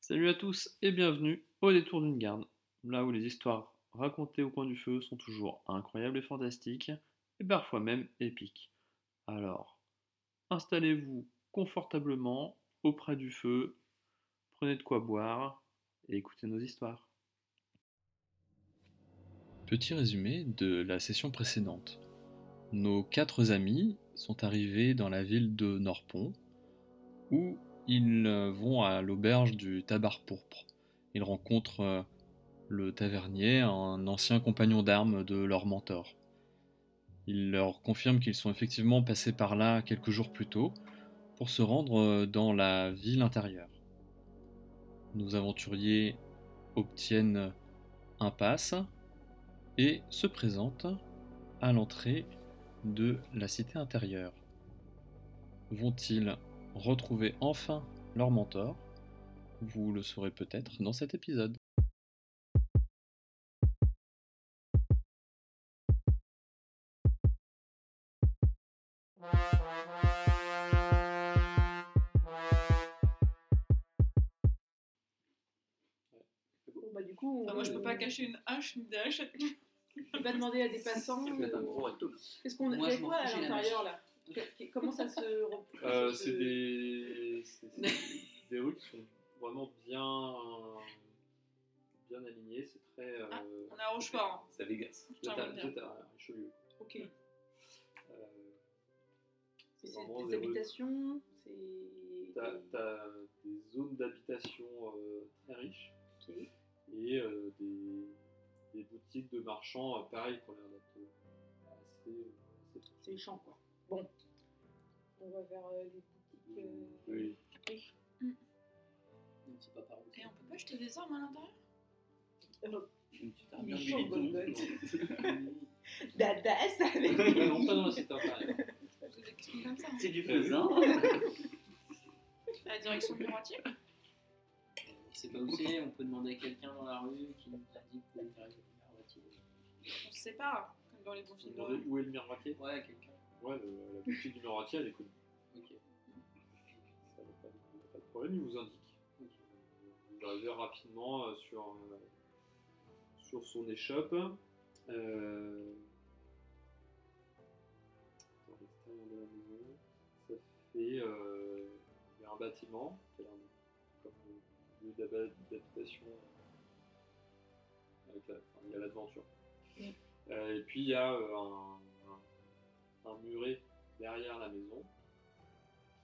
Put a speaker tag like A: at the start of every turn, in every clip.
A: Salut à tous et bienvenue au détour d'une garde, là où les histoires racontées au coin du feu sont toujours incroyables et fantastiques, et parfois même épiques. Alors, installez-vous confortablement auprès du feu, prenez de quoi boire et écoutez nos histoires.
B: Petit résumé de la session précédente. Nos quatre amis sont arrivés dans la ville de Norpont, où ils euh, vont à l'auberge du Tabar Pourpre. Ils rencontrent euh, le tavernier, un ancien compagnon d'armes de leur mentor. Il leur confirme qu'ils sont effectivement passés par là quelques jours plus tôt pour se rendre euh, dans la ville intérieure. Nos aventuriers obtiennent un pass et se présentent à l'entrée de la cité intérieure. Vont-ils retrouver enfin leur mentor Vous le saurez peut-être dans cet épisode.
C: Bon, bah, du coup, on
D: Enfin, moi, je peux pas cacher une hache ni des hachettes.
C: on va demander à des passants.
E: Je vais être un gros
C: euh,
E: recto.
C: Qu'est-ce qu'on
E: Moi,
C: il y a
E: je m'en
C: quoi à
E: fous, j'ai la
C: l'intérieur là Que- que- Comment ça se.
A: Euh,
C: se-
A: c'est des, c'est- c'est des rues qui sont vraiment bien, euh, bien alignées. C'est très. euh,
D: Ah, On est à Rochefort. hein.
E: C'est à Vegas.
D: Je t'en
A: vous êtes à-
D: reviens.
A: vous êtes à Richelieu.
C: Ok.
A: Euh,
C: C'est
A: vraiment
C: des
A: rues-
C: habitations. C'est.
A: T'as, t'as euh, des zones d'habitation euh, très riches
C: Ok.
A: et euh, des, des boutiques de marchands, euh, pareil, qui ont l'air d'être euh, assez. assez-
C: C'est les champs quoi. Bon. On va vers euh, les boutiques. euh,
A: Oui.
E: Non, c'est pas par où.
D: Et on peut pas jeter des armes à l'intérieur
E: Tu t'as
C: Il
E: bien
C: est chaud,
E: vu
C: bonne
E: les
F: Bah,
C: Dadas avec.
E: tons. Non, pas dans la cité intérieure.
A: hein.
D: Parce que des questions comme ça. hein.
E: C'est du faisin.
D: La direction du droitier
E: C'est pas où c'est, on peut demander à quelqu'un dans la rue qui nous a dit qu'on était arrivé à Marwati.
D: On se sépare, comme dans les bons
A: Vous
D: films
A: demandez
D: d'horreur.
A: où est le miroitier
E: Ouais, quelqu'un.
A: Ouais, le- la boutique du miroitier, elle est connue.
E: Ok.
A: Ça n'a pas, il y a pas de problème, il vous indique. Vous arrivez rapidement euh, sur, euh, sur son échoppe. Euh, dans l'extérieur de la maison, ça fait. euh, il y a un bâtiment qui a l'air de- comme le lieu d'hab- d'habitation. euh, avec la- enfin, il y a l'aventure. Euh, et puis il y a euh, un, un- un muret derrière la maison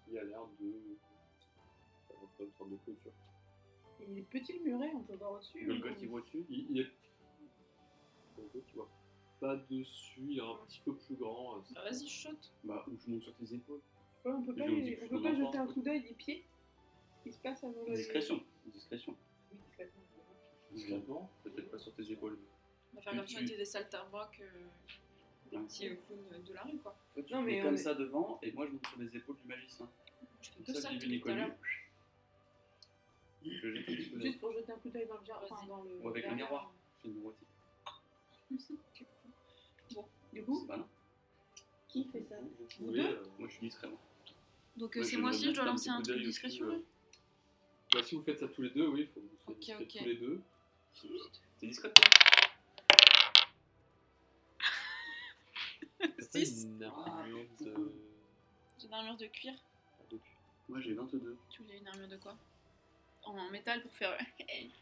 A: qui a l'air de. ça ressemble à une sorte de clôture.
C: Il est petit le muret, on peut voir au-dessus. hein.
E: Golgoth,
C: ou-
E: il voit dessus.
A: Il, il est. Golgoth, tu vois. Pas dessus, il est un petit peu plus grand. euh, c'est-
D: Bah, vas-y, chute.
F: Bah, ou je monte sur tes épaules.
C: Ouais, on peut pas,
F: Je vous
C: les-
F: dis que
C: on
F: je
C: peut
F: suis
C: pas
F: un
C: jeter
F: enfant.
C: un coup d'œil des pieds. Ce qui se passe avant le.
F: Discrétion. Discrétion.
C: Oui, discrétion.
A: discrètement.
F: Peut-être pas sur tes épaules.
D: On va faire comme si on
F: Tu-
D: était des saltimbanques, euh, des
F: Ouais.
D: petits euh, clowns de la rue, quoi.
F: Toi, tu
C: Non,
F: non,
C: mais
F: mais
C: on
F: comme
C: est-
F: ça devant, et moi je monte sur les épaules du magicien.
D: Je fais
F: Comme
D: que ça
F: j'ai vu
D: depuis tout à
F: Nicolas.
D: l'heure.
F: Je jette un petit coup d'œil.
C: Juste pour jeter un coup d'œil dans le jardin.
D: Vas-y.
C: dans le.
F: Ou avec le
C: derrière.
F: miroir. J'ai une routine.
D: Quel con.
C: Du
F: C'est
C: coup,
F: malin.
C: qui fait ça
A: Vous
F: Moi
A: voulez, euh,
F: je suis discret. moi.
D: Donc, euh,
F: Ouais,
D: c'est
F: je
D: moi
F: me
D: aussi, je dois
F: mets un
D: lancer
F: petit
D: un
F: coup
D: truc
F: d'œil
D: de
F: aussi,
D: discrétion,
F: ouais.
D: là
A: euh. bah, si vous faites ça tous les deux, oui, il faut que vous soyez
D: Ok,
A: discrets
D: ok.
A: tous les deux.
F: T'es discret toi
D: 6
A: Une
D: Ah,
A: armure de.
D: J'ai une armure de cuir.
A: de-
F: Moi j'ai 22.
D: Tu voulais une armure de quoi En métal pour faire.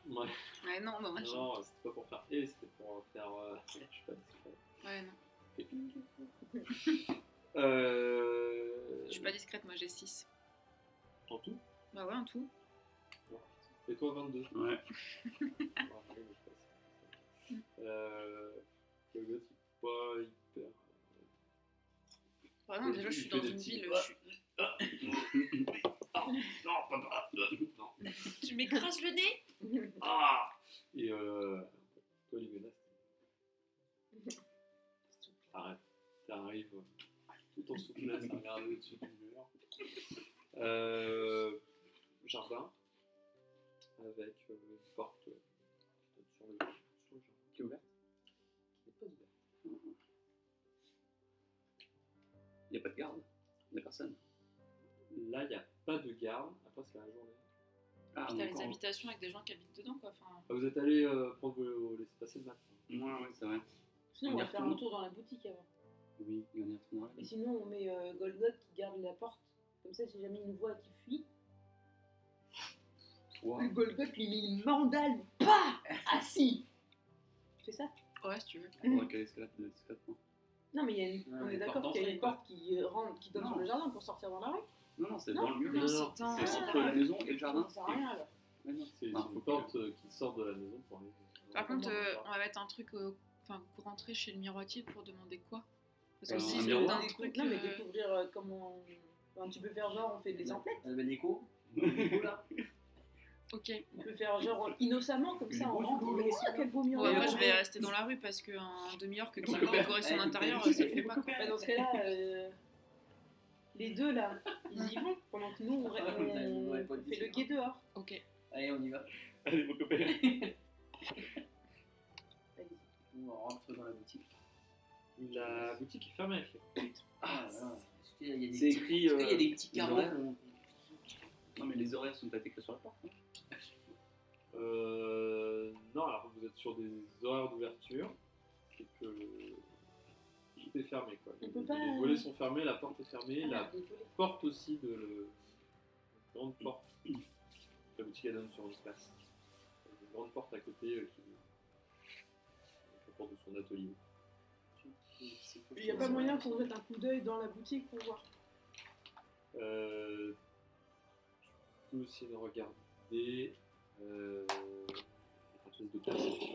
A: Ouais.
D: ouais, non, non, machin.
A: Non, c'était pas pour faire et c'était pour faire. euh, je sais pas, discret.
D: Ouais, non.
A: Euh,
D: Je suis pas discrète, moi j'ai 6.
A: En tout
D: Bah ouais, en tout.
A: Et toi, Ah, 22
F: Ouais.
A: Euh, le gars, c'est pas hyper.
D: Bah non,
F: Ouais,
D: déjà
F: il
D: je suis
F: fait
D: dans
F: des
D: une
F: petits
D: ville.
F: pas.
D: je suis-
F: Oh, non, papa Non.
D: Tu m'écrases le nez
A: Ah Et euh, toi, Limonade, arrête. T'arrives euh, tout en souplesse à regarder au-dessus du mur. Euh, jardin, avec euh, une porte euh, sur le, sur le jardin.
F: Qui est ouverte
A: qui n'est pas ouverte.
F: Y'a pas de garde. Y'a personne.
A: Là, il n'y a pas de garde. Après, c'est la journée.
F: Ah,
D: Puis t'as
F: encore.
D: les habitations avec des gens qui habitent dedans, quoi. Enfin,
A: Ah, vous êtes allé euh, prendre vos laissez passer le matin.
F: Ouais, ouais, c'est vrai.
C: Sinon, on
F: On y
C: va faire un
F: retourne.
C: tour dans la boutique avant.
F: Oui, il y en a tout
C: Et sinon, on met euh, Golgoth qui garde la porte. Comme ça, si jamais il nous voit qui fuit,
F: Trois.
C: le Golgoth lui met une mandale. Bah Assis C'est ça
D: ouais, si tu veux.
F: Faudra qu'elle escalade de escalade, non
C: Non, mais il y a une-
F: Ah,
E: Ouais,
C: on est
E: une
C: d'accord
E: porte
C: qu'il y a une
E: d'entrée, quoi.
C: porte qui, euh, rentre, qui donne
F: Non.
C: sur le jardin pour sortir dans la rue.
F: Non, non, c'est
C: Non,
F: dans le mur.
D: non, c'est
F: c'est
D: un-
F: entre la maison et le jardin.
C: Ça sert à rien alors.
F: Ouais, non,
A: C'est c'est
F: Ah,
A: une
F: ok.
A: porte euh, qui sort de la maison pour aller.
D: Par contre, euh, on va mettre un truc. euh, Enfin, vous rentrez chez le miroitier pour demander quoi Parce que
F: Euh,
D: si
F: un
D: c'est
F: miroir.
D: un
C: Décou-
D: truc.
C: Non, mais
D: euh,
C: découvrir euh, comment. Enfin, tu peux faire genre, on fait des emplettes.
E: Ah, bah, Nico, Nico, là.
D: Ok.
C: Tu peux faire genre innocemment, comme ça,
F: Les
C: on
F: beaux
C: rentre. on
F: yeux
C: fait, Ah, quel beau mur
D: Ouais,
C: on
D: moi
C: a.
D: je vais rester dans la rue parce qu'un demi-heure que
F: Mon
D: quelqu'un
F: copain.
D: courait son
E: Ouais,
D: intérieur,
E: mon
D: ça
E: copain.
D: fait pas.
C: Bah, dans ce cas-là, euh, les deux là, ils y vont pendant que nous on,
E: Ouais,
C: on-
E: ouais,
C: Ah, on
E: ouais, bonne
C: fait le
E: idée.
C: guet dehors.
D: Ok.
E: Allez, on y va.
F: Allez, mon copain.
E: On rentre dans la boutique.
D: euh,
A: La boutique est fermée.
E: Ah, voilà. Est-ce qu'il y a des
F: C'est
E: petits-
F: écrit.
E: est-ce qu'il y a
F: euh,
E: des petits carreaux
F: horaires.
E: qu'on-
F: Non, mais les horaires sont écrits sur la porte. hein.
A: Euh, non, alors vous êtes sur des horaires d'ouverture. C'est que tout est fermé. Quoi.
C: On
A: Les,
C: peut pas,
A: les
C: euh,
A: volets sont fermés, la porte est fermée,
C: Ah,
A: la
C: désolé.
A: porte aussi de le- la grande porte. La boutique elle donne sur une place. Il y a Une grande porte à côté euh, qui la porte de son atelier.
E: C'est quoi
C: Il n'y a pas moyen qu'on jette un coup d'œil dans la boutique pour voir.
A: Euh, tu peux aussi regarder euh, une espèce de perception.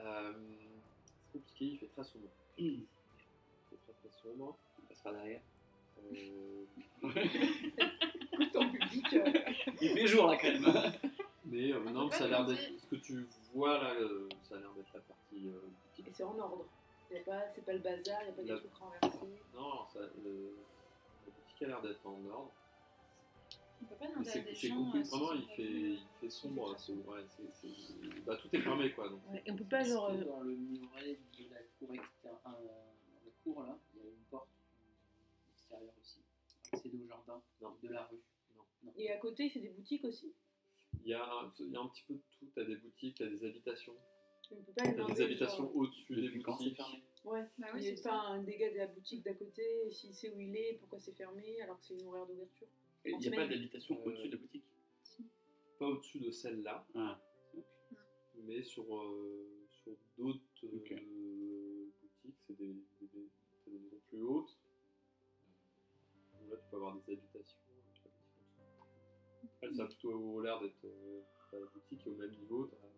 A: Euh, c'est compliqué, il fait très sombre. Il fait très très sombre.
F: On passera derrière.
A: Euh,
C: En public, euh,
F: Il fait jour la crème.
A: mais euh,
D: peut
A: non,
D: Ah, pas
A: ça a l'air
D: demander.
A: d'être. Ce que tu vois là, euh, ça a l'air d'être la partie euh,
C: et
A: boutique.
C: c'est en ordre. Y a pas- C'est pas le bazar, il n'y a pas
A: Là.
C: des trucs renversés.
A: Non, ça, le- la boutique a l'air d'être en ordre.
D: On peut pas
A: Mais
D: demander à
A: c'est
D: des
A: c'est
D: gens.
A: compliqué.
D: euh, s'ils
A: Vraiment,
D: sont
A: il
D: pas
A: fait,
D: venus.
A: il fait sombre. hein, c'est- ouais, c'est- c'est- bah, tout est fermé quoi. Donc.
C: et on peut pas genre. euh,
E: Est-ce que dans le muret de la cour extérieure, dans la cour là, il y a une porte extérieure aussi. C'est au jardin,
A: Non.
E: de la rue.
C: Et à côté, c'est des boutiques aussi.
A: Il y, a un, il y a un petit peu de tout. T'as des boutiques, t'as des habitations.
C: On peut pas lui
A: T'as
C: demander,
A: des habitations
C: Ah genre,
A: au-dessus des
F: Depuis quand c'est
A: boutiques.
F: fermé
C: Ouais.
D: Bah oui,
C: Il
D: c'est
C: y a pas un dégât de la boutique d'à côté, s'il sait où il est, pourquoi c'est fermé, alors que c'est une horaire d'ouverture.
F: Il
C: En
F: n'y a pas
C: semaine.
F: d'habitation
A: Euh,
F: au-dessus de la boutique.
A: Pas au-dessus de celle-là,
F: Ah.
A: mais sur, euh, sur d'autres euh,
F: Ok.
A: boutiques. C'est des, des, des- t'as des maisons plus hautes. Donc Là, tu peux avoir des habitations. Elle, ça a plutôt l'air d'être euh, t'as la boutique et au même niveau. t'as, euh,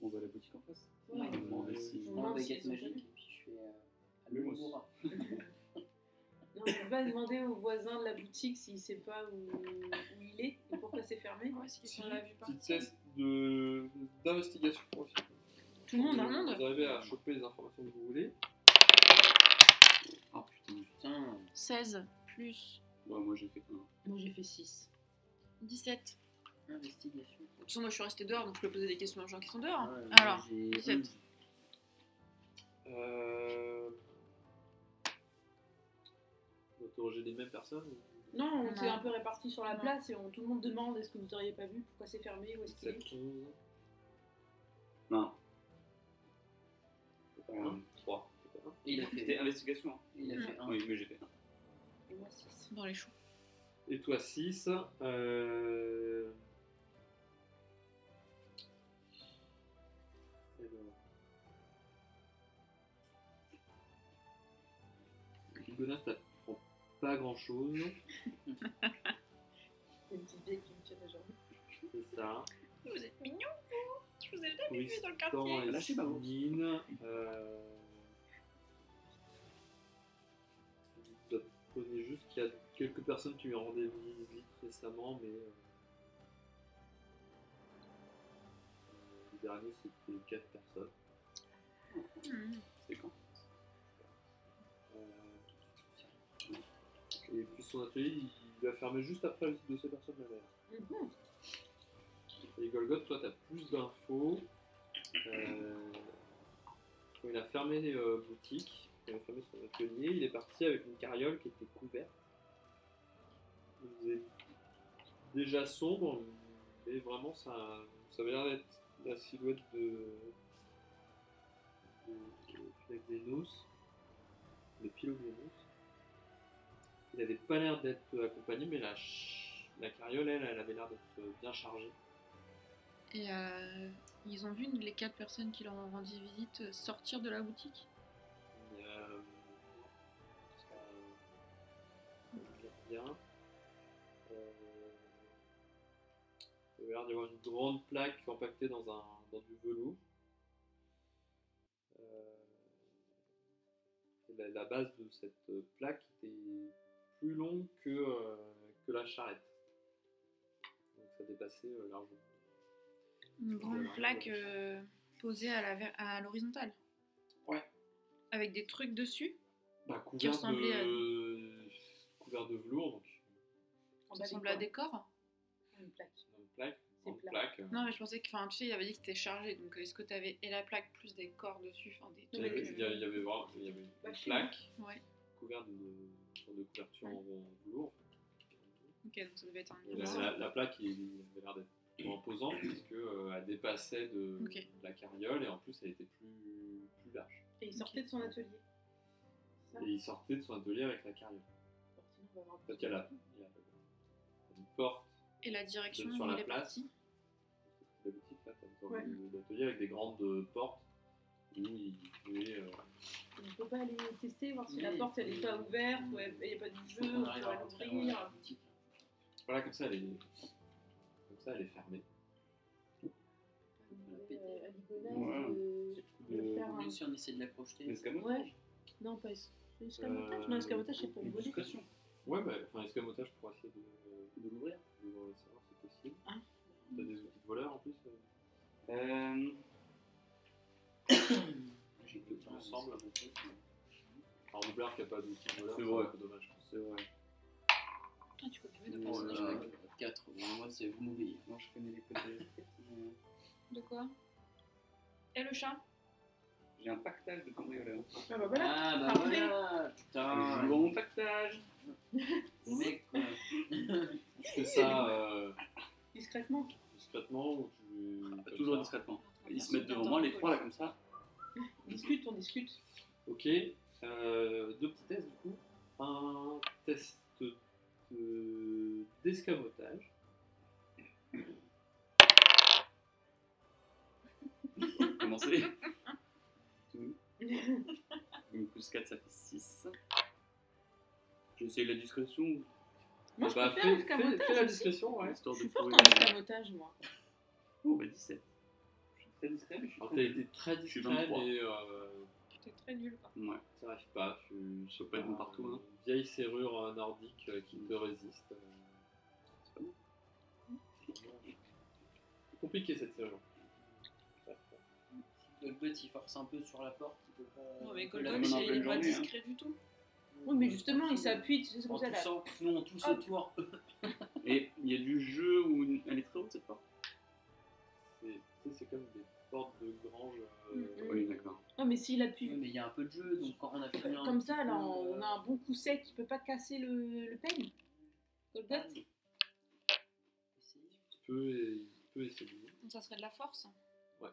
F: On voit la boutique en face.
C: Ouais.
E: Euh,
F: On va demander
E: Je
F: si-
C: Ouais.
E: prends
C: Non,
E: un baguette
C: s'ils ont
E: magique
C: jamais.
E: et puis je fais euh, le
F: Lumos.
E: moura.
C: Non, on peut pas demander au voisin de la boutique s'il sait pas où, où il est et pourquoi c'est fermé.
D: Ouais, si
A: Si,
D: quelqu'un l'a vu
A: Petite
D: partir.
A: test de- d'investigation aussi.
C: Tout le monde, hein.
D: monde.
A: Vous arrivez à choper les informations que vous voulez.
F: Ah putain.
E: Putain,
D: 16 plus
F: Ouais, moi j'ai fait un.
C: Moi j'ai fait 6.
D: 17.
E: investigation.
D: De toute façon, moi je suis restée dehors donc je peux poser des questions aux gens qui sont dehors.
C: Ah,
D: hein.
E: Ouais,
D: Alors,
E: j'ai
D: dix-sept.
E: onze.
A: Euh... Interroger les mêmes personnes ou-
C: Non, on
D: Non.
C: s'est un peu répartis sur la
D: Non.
C: place et on- tout le monde demande est-ce que vous auriez pas vu, pourquoi c'est fermé, où est-ce qu'il est.
A: 7, 11,
F: Non.
A: 3.
E: Et il a fait,
F: C'était investigation. hein.
E: il a fait un.
F: Oui, mais j'ai fait un.
C: Et moi 6.
D: Dans les choux.
A: Et toi 6. Euh... Et ben. Gonas, t'apprends pas grand chose,
C: Une petite vieille qui me tient la jambe.
A: c'est ça.
D: Vous êtes mignons, vous Je vous ai jamais vu dans le
A: Tristan
D: quartier.
A: et
F: Lâchez ma bourse.
A: Céline, euh, vous apprenez juste qu'il y a quelques personnes qui lui ont rendu visite récemment, mais euh, euh, le dernier c'était quatre personnes.
D: Mmh.
F: C'est quand
A: Euh, et puis son atelier, il il a fermé juste après la visite de ces personnes là
C: Mhm.
A: et Golgoth, toi, t'as plus d'infos. Euh, Quand il a fermé euh, boutique, quand il a fermé son atelier, il est parti avec une carriole qui était couverte. Il faisait déjà sombre, mais vraiment ça, ça avait l'air d'être la silhouette de, de, de Xenos, de Philoxenos. Il n'avait pas l'air d'être accompagné, mais la, ch- la carriole, elle, elle avait l'air d'être euh, bien chargée.
D: Et euh, ils ont vu une- les quatre personnes qui leur ont rendu visite euh, sortir de la boutique
A: Mais, euh, ça, euh, regarde bien. Euh, il avait l'air d'y avoir une grande plaque empaquetée dans, un, dans du velours. Euh, et la, la base de cette plaque était plus longue que, euh, que la charrette. Donc ça dépassait euh, largement.
D: Une grande
A: Ouais.
D: plaque euh, posée à la ver- à l'horizontale.
A: Ouais.
D: Avec des trucs dessus.
A: Bah, couvert,
D: ressemblait à-
A: de, couvert de velours, donc
C: En bas
D: Ça
C: des
D: ressemble à
C: coins.
D: des corps.
C: Une plaque.
A: une plaque.
C: C'est
A: une
C: plat.
A: plaque.
D: Non, mais je pensais que, enfin, tu sais, il avait dit que c'était chargé. Donc, euh, est-ce que tu avais et la plaque plus des corps dessus enfin, des
A: Il
C: Non,
A: y
D: trucs,
A: avait,
C: mais-
D: euh,
A: il y avait- il y avait vraiment- il y avait
C: Bah,
A: une
C: chez
A: plaque
D: Ouais.
A: couverte d'une sorte de couverture en, en velours.
D: Ok, donc ça devait être un
A: Et la,
D: mur.
A: la- la plaque il avait l'air d'être plutôt imposante puisque euh, elle dépassait de,
D: Ok.
A: de la carriole et en plus elle était plus, plus large.
C: Et il sortait de son atelier. C'est ça
A: Et il sortait de son atelier avec la carriole.
C: Bon, sinon, on va avoir un
A: En fait,
C: petit-
A: il y a, la- il y a une porte
D: Et la direction
A: sur
D: où
A: la
D: il est
A: place.
D: parti.
A: de la boutique là, t'as une sorte
C: Ouais.
A: de- d'atelier avec des grandes euh, portes où il pouvait. euh,
C: On ne peut pas aller tester, voir si
E: Oui,
C: la porte elle
E: oui.
C: n'est pas ouverte, ou elle- il n'y a pas de jeu,
E: On
C: on
E: arrive
C: pourrait
E: à rentrer dans la
C: l'ouvrir. Euh,
E: boutique.
A: voilà, comme ça elle est, comme ça, elle est fermée.
C: Euh, à l'igonade,
F: Ouais.
C: euh,
A: Le-
C: de faire un.
E: Même si on essaie de la projeter.
A: L'escamotage.
C: Ouais. Non, pas es- escamotage. Non, escamotage, c'est pour
F: une
C: voler.
F: discrétion
A: Ouais, bah, enfin, escamotage pour essayer de.
F: de l'ouvrir.
A: Je vois ça, c'est possible.
C: Ah.
D: Hein
A: T'as des outils de voleur en plus euh,
F: Euh...
A: J'ai
F: J'ai
A: deux
F: deux
A: temps
F: temps
A: ensemble.
F: ensemble.
A: Un roublard qui a pas d'outils de voleur,
F: C'est
A: c'est
F: vrai.
A: un peu dommage.
F: C'est vrai.
D: Putain, Ah, tu connais
F: Oh
D: de
F: là
D: personnes.
F: là.
E: 4, moi c'est vous m'oubliez.
F: Non, je connais les côtés. Euh,
D: De quoi Et le chat
F: J'ai un pactage de cambrioleur.
C: Ah bah voilà.
E: ah bah
C: parfait.
E: voilà
F: Ah,
E: Putain
F: bon pactage
E: Mec euh, quoi
A: Tu fais ça euh,
C: Discrètement.
A: discrètement ou tu. comme
F: Ah, Toujours
A: ça
F: discrètement.
D: Ah,
F: Ils se mettent devant moi, les trois là, comme ça.
C: On discute, on discute.
A: Ok, euh, deux petits tests du coup. Un test de- d'escamotage.
F: Commencez.
C: J'ai
F: Une plus 4, ça fait 6. J'essaie la discrétion.
C: Moi, je
A: Bah,
C: préfère
A: fais-
C: l'escamotage
A: Fais, fais la
C: aussi.
A: discrétion, ouais.
F: Histoire
C: Je suis
F: de
C: forte
F: trouver.
C: en escamotage, moi.
F: Oh, bah 17. Je suis très discret, mais je suis.
A: Alors
F: très-
A: t'as été très
F: Je suis
A: discret,
F: 23.
A: mais euh,
D: T'es très nul, quoi.
F: Ouais.
A: ça arrive pas. Tu je sais
F: Faut pas être bon partout, hein.
A: une Euh, Vieille serrure euh, nordique euh, qui te résiste. euh,
F: C'est pas bon.
A: C'est compliqué cette serrure.
E: Golgot il force un peu sur la porte. Il peut pas...
D: Non, mais
E: il peut
D: Golgot,
E: la
F: Golgot,
E: mettre en
F: il
D: il
E: pleine
D: est pas
F: journée, hein.
D: discret du tout.
C: Oui, mais justement, il s'appuie, tu sais, c'est
E: En
C: comme ça là.
E: toussant, nous on tousse
C: Hop.
E: autour.
F: Et il y a du jeu où une- elle est très haute cette porte.
A: C'est- tu sais, c'est comme des portes de grange. euh,
D: Mm,
C: Mhm.
F: Oui, d'accord.
C: Non, mais s'il
E: Oui,
C: appuie
E: mais il y a un peu de jeu, donc quand on a fini un
C: comme ça, là,
E: peu,
C: on
E: euh,
C: on a un bon coup sec qui peut pas casser le, le peigne.
E: ah,
C: Golgoth
E: mais-
A: Tu peux, tu peux essayer.
D: Donc, ça serait de la force.
A: Ouais.
D: Euh,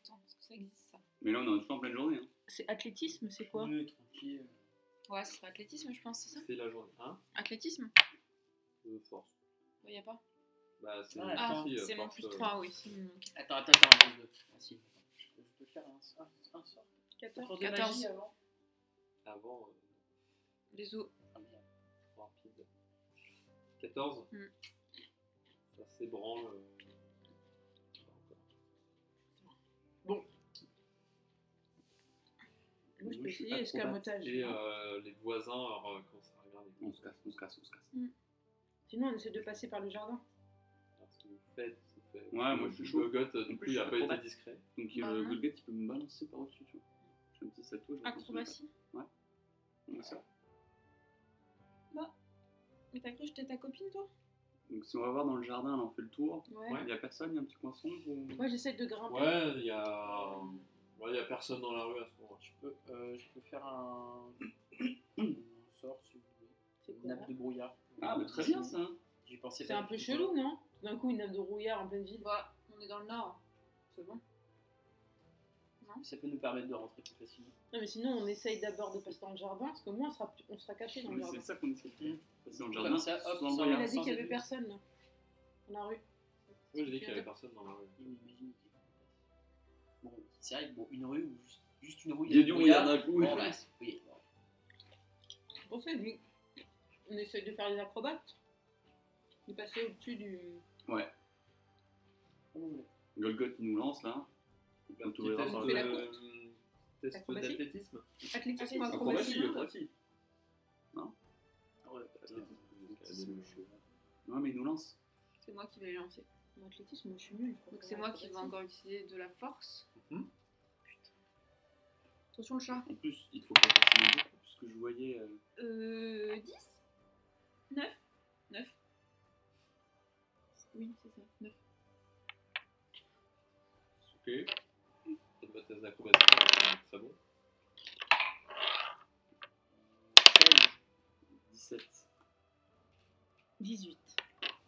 D: attends, est-ce que ça existe ça
F: Mais là, on est toujours en pleine journée. Hein.
C: C'est athlétisme, c'est quoi
E: Oui, tranquille.
D: Ouais, ça serait athlétisme, je pense, c'est ça
A: C'est la journée 1
D: Athlétisme
A: de force.
D: Il y a pas.
A: Bah, c'est
E: Ah,
D: Ah,
A: si, euh,
D: c'est mon
A: force,
D: plus
A: euh,
D: 3, oui. c'est mon- ok.
E: Attends, attends, attends, attends. Ah, si. Je peux- je peux faire un, un, un sort.
C: 14.
E: de
D: 14.
E: magie avant.
A: Avant,
D: Les os.
E: Ah, merde.
A: euh, rapide. 14
D: Mhm.
A: Ça s'ébranle. euh,
C: Moi, je
F: Moi,
C: peux
F: je suis
C: essayer
F: acrobate.
D: Ah,
C: escamotage.
A: Et euh, les voisins, alors, euh, quand ça regarde,
F: On se casse, on se casse, on se casse.
C: Sinon, on essaie de passer par le jardin.
A: alors, ce que vous faites, c'est fait.
F: Ouais, moi, je suis chaud.
A: Le goth, euh, du
F: En
A: coup,
F: plus,
A: il
F: je
A: a
F: suis
A: pas été
F: acrobate.
A: discret.
F: Donc il y a
D: Bah,
F: le
D: non.
F: Golgot qui peut me balancer par-dessus, tu vois. Je fais un petit salto. je me lance
D: Acrobatie.
F: dessus. Comme ça.
D: Mais t'as cru que j'étais ta copine, toi
F: Donc si on va voir dans le jardin, là, on fait le tour.
C: Ouais.
F: Il y a personne, il y a un petit coin sombre. ou-
C: Moi, j'essaie de grimper.
A: Ouais, il y a. Bon, Il n'y a personne dans la rue à ce moment-là.
E: Je peux, euh, je peux faire un, un sort, si vous voulez.
C: C'est
E: Une
C: quoi, là
E: nappe de brouillard.
F: Ah, bah, très bien ça.
E: J'y pensais
C: C'est
E: pas
C: un
E: du
C: peu
E: tout.
C: chelou, non Tout D'un coup, une nappe de rouillard en pleine ville.
D: Bah, on est dans le nord. C'est bon.
E: Ça peut nous permettre de rentrer plus facilement.
C: Non, mais sinon, on essaye d'abord de passer dans le jardin, parce que moi, on sera, plus- on sera caché dans le
F: Mais C'est
C: jardin.
F: ça qu'on essaie de faire. Parce que Dans le
E: Comme
F: jardin,
E: ça, hop,
F: souvent,
E: sans
C: Il
E: la-
F: voilà.
C: a dit
E: sans
C: qu'il y avait
E: aider.
C: personne, là, dans la rue.
A: Moi, j'ai dit qu'il n'y avait personne dans la rue.
E: Inimaginable. Bon, c'est vrai que bon, une rue ou juste, juste une rue.
F: Il y a du brouillard d'un coup.
E: Bon, bah, c'est- oui, bon.
C: C'est pour ça que nous, on essaye de faire les acrobates, de passer au-dessus du...
E: Comment on est
F: Golgot qui nous lance là. On t'ouvrira
A: Test,
F: par
C: fait la
F: le.
A: euh, Test
C: Acrobatie
A: d'athlétisme
C: Athlétisme,
D: Ah, c'est
F: Acrobatie,
C: acrobatie.
F: acrobatie.
E: Ouais,
F: Non, mais il nous lance.
D: C'est moi qui vais les lancer.
C: Mon athlétisme, moi, je suis nulle.
D: Donc c'est moi qui vais encore utiliser de la force.
A: Mhm.
D: Putain. Attention le chat.
F: En plus, il te faut pas forcément beaucoup, parce que je voyais. euh,
D: Euh, 10 9 9 Oui, c'est ça. 9.
A: Ok. Peut-être ma thèse d'acrobatie, euh, très bon.
F: 16, 17.
C: 18.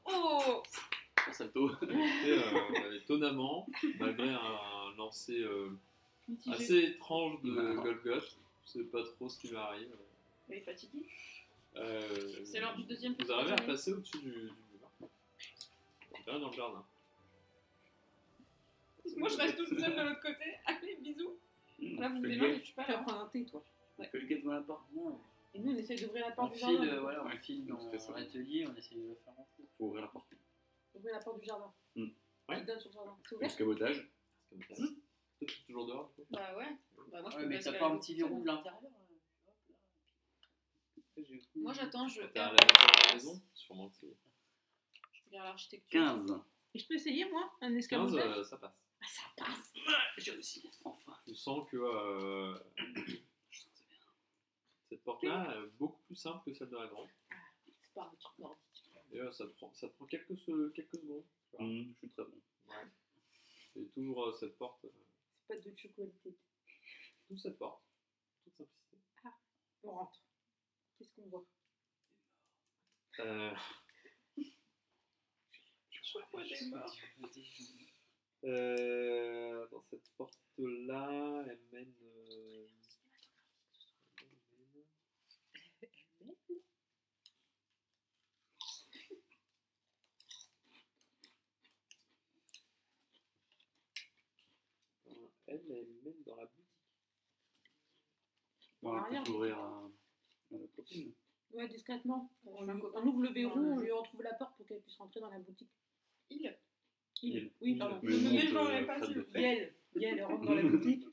D: Oh
F: Oh, Salto.
A: Et, euh, étonnamment, malgré un lancer euh,
D: Mitigé.
A: assez étrange de
F: Non.
A: Golgoth, je sais pas trop ce qui lui arrive.
D: Elle est fatiguée.
A: Euh,
D: C'est l'heure du deuxième
A: Vous
D: petit
A: arrivez à
D: déjeuner.
A: passer au-dessus du, du mur. Vous allez dans le jardin.
D: Moi je reste toute seule de l'autre côté. Allez, bisous. Là vous me
F: Fais le
D: démarrez,
F: gaffe.
D: je suis pas
C: Tu vas
D: là.
C: prendre un thé, toi.
F: On fait le gars devant la porte.
E: Non,
C: Et nous, on essaye d'ouvrir la
E: on
C: porte du
E: file,
C: jardin.
E: euh, voilà, on file
F: Donc, c'est
E: dans
F: ça.
E: l'atelier, on essaie de le faire rentrer.
F: Faut ouvrir la porte.
C: Ouvrir la porte du jardin.
F: Hmm. Ouais.
C: Qui donne sur le jardin. C'est ouvert
F: Escabotage.
A: Comme ça. Toi, tu es toujours dehors. toi
D: Bah ouais. Bah moi je
E: Ouais,
D: peux
E: mais
D: passer
E: t'as
D: la
E: pas un
D: route
E: petit
D: toute seule.
E: verrou de l'intérieur
D: Moi j'attends, je.
A: T'as la la maison Sûrement que c'est-
D: Je regarde l'architecture.
F: 15.
C: Et je peux essayer, moi, un
A: 15,
C: escamotage
A: euh, ça passe.
D: Bah,
C: Ah, ça passe
E: J'ai réussi, enfin.
A: Tu sens que euh, cette porte-là est beaucoup plus simple que celle de la grande.
C: C'est pas un truc nordique.
A: Et euh, ça, te prend, ça te prend quelques, se- quelques secondes.
C: Mmh.
F: Hum, je suis très bon.
A: Ouais. C'est toujours euh, cette porte. euh,
C: C'est pas de chocolatité.
A: toute cette porte. Toute simplicité.
C: On rentre. Qu'est-ce qu'on voit
A: Euh,
D: Je crois que j'ai mort.
A: euh, dans cette porte-là, elle mène. euh, Elle, elle mène dans la boutique.
F: Bon, on
C: Arrière.
F: peut ouvrir à à la copine.
C: Ouais, discrètement.
D: Je
C: On,
D: suis un
C: lui-
D: copain.
C: on ouvre le verrou,
D: Voilà.
C: on lui retrouve la porte pour qu'elle puisse rentrer dans la boutique.
D: Il.
C: Il.
F: Il.
C: Oui,
E: Il.
C: pardon.
F: Mais
D: Mais
F: nous, on
D: je
F: peut-
D: l'aurais pas
F: pas
D: su.
F: de faire.
C: Yel. Yel, elle rentre dans la boutique.